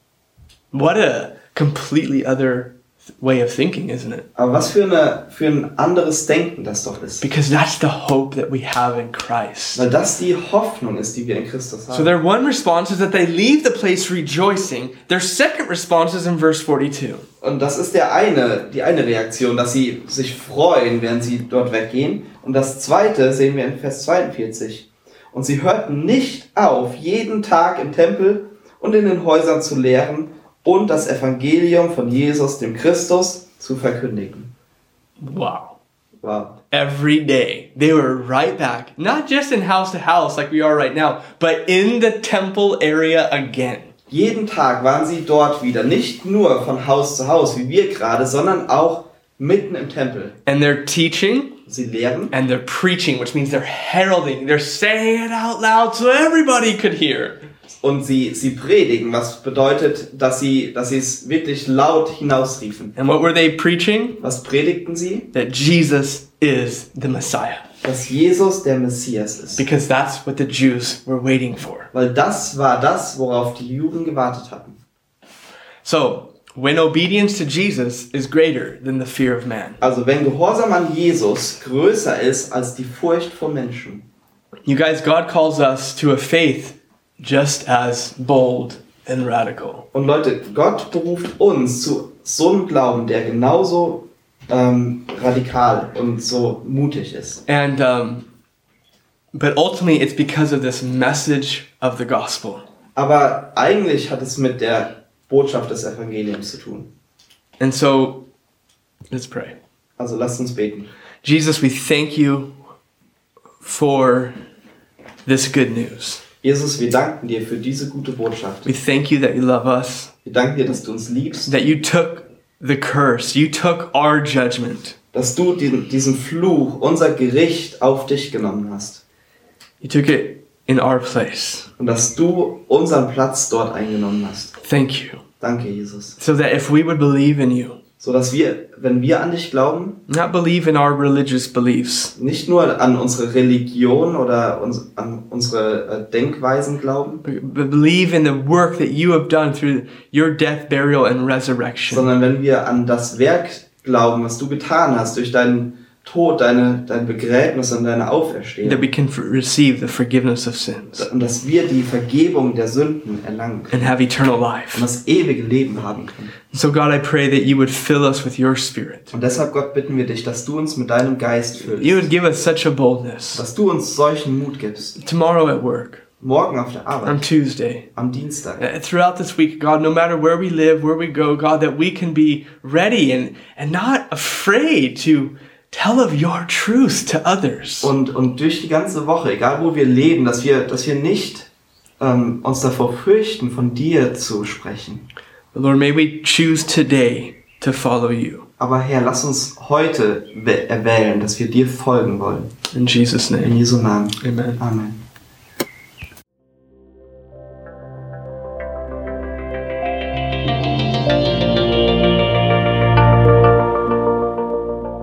What a completely other th- way of thinking, isn't it?
Aber was für, eine, für ein anderes Denken das doch ist.
Because that's the hope that we have in Christ.
Weil das die Hoffnung ist, die wir in Christus
So
haben.
their one response is that they leave the place rejoicing. Their second response is in verse 42.
Und das ist der eine, die eine Reaktion, dass sie sich freuen, während sie dort weggehen. Und das zweite sehen wir in Vers 42. Und sie hörten nicht auf, jeden Tag im Tempel und in den Häusern zu lehren und das Evangelium von Jesus, dem Christus, zu verkündigen.
Wow.
Wow.
Every day. They were right back, not just in house to house like we are right now, but in the temple area again.
Jeden Tag waren sie dort wieder, nicht nur von Haus zu Haus, wie wir gerade, sondern auch mitten im Tempel.
And they're teaching
Sie lehren
and they're preaching, which means they're heralding, they're saying it out loud so everybody could hear.
und sie, sie predigen, was bedeutet, dass sie dass sie es wirklich laut hinausriefen.
And what were they preaching?
Was predigten sie?
That Jesus is the Messiah.
Dass Jesus der Messias ist.
Because that's what the Jews were waiting for.
Weil das war das, worauf die Juden gewartet hatten.
So, when obedience to Jesus is greater than the fear of man,
Also wenn Gehorsam an Jesus größer ist als die Furcht vor Menschen.
you guys, God calls us to a faith just as bold and radical.
Und Leute, Gott beruft uns zu so einem Glauben, der genauso ähm, radikal und so mutig ist.
And, um, but ultimately, it's because of this message of the gospel.
Aber eigentlich hat es mit der Botschaft des Evangeliums zu tun.
And so, let's pray.
Also lasst uns beten.
Jesus, we thank you for this good news.
Jesus, wir danken dir für diese gute Botschaft.
We thank you that you love us,
Wir danken dir, dass du uns liebst,
that you took the curse, you took our judgment,
dass du diesen, diesen Fluch, unser Gericht auf dich genommen hast
you took it in our place.
und dass du unseren Platz dort eingenommen hast.
Thank you.
Danke, Jesus.
So that if we would believe in you,
So dass wir, wenn wir an dich glauben,
not believe in our religious beliefs,
nicht nur an unsere Religion oder uns, an unsere äh, Denkweisen glauben,
but but believe in the work that you have done through your death, burial, and resurrection,
sondern wenn wir an das Werk glauben, was du getan hast durch deinen Tod, deine, dein Begräbnis und deine
that
Auferstehung.
we can f- receive the forgiveness of sins
Und dass wir die Vergebung der Sünden erlangen können
and have eternal
und
life.
das ewige Leben haben können.
So, God, I pray that you would fill us with your spirit.
Und deshalb, Gott, bitten wir dich, dass du uns mit deinem Geist
You
füllst.
would give us such a boldness.
Dass du uns solchen Mut gibst.
Tomorrow at work,
Morgen auf der
on
Arbeit,
Tuesday,
am Dienstag.
Uh, throughout this week, God, no matter where we live, where we go, God, that we can be ready and, and not afraid to tell of your truth to others.
Und, und durch die ganze Woche, egal wo wir leben, dass wir, dass wir nicht ähm, uns davor fürchten, von dir zu sprechen.
Lord, may we choose today to follow you.
Aber Herr, lass uns heute we- erwählen, dass wir dir folgen wollen.
In Jesus'
In
name,
Jesu Namen.
amen.
Amen.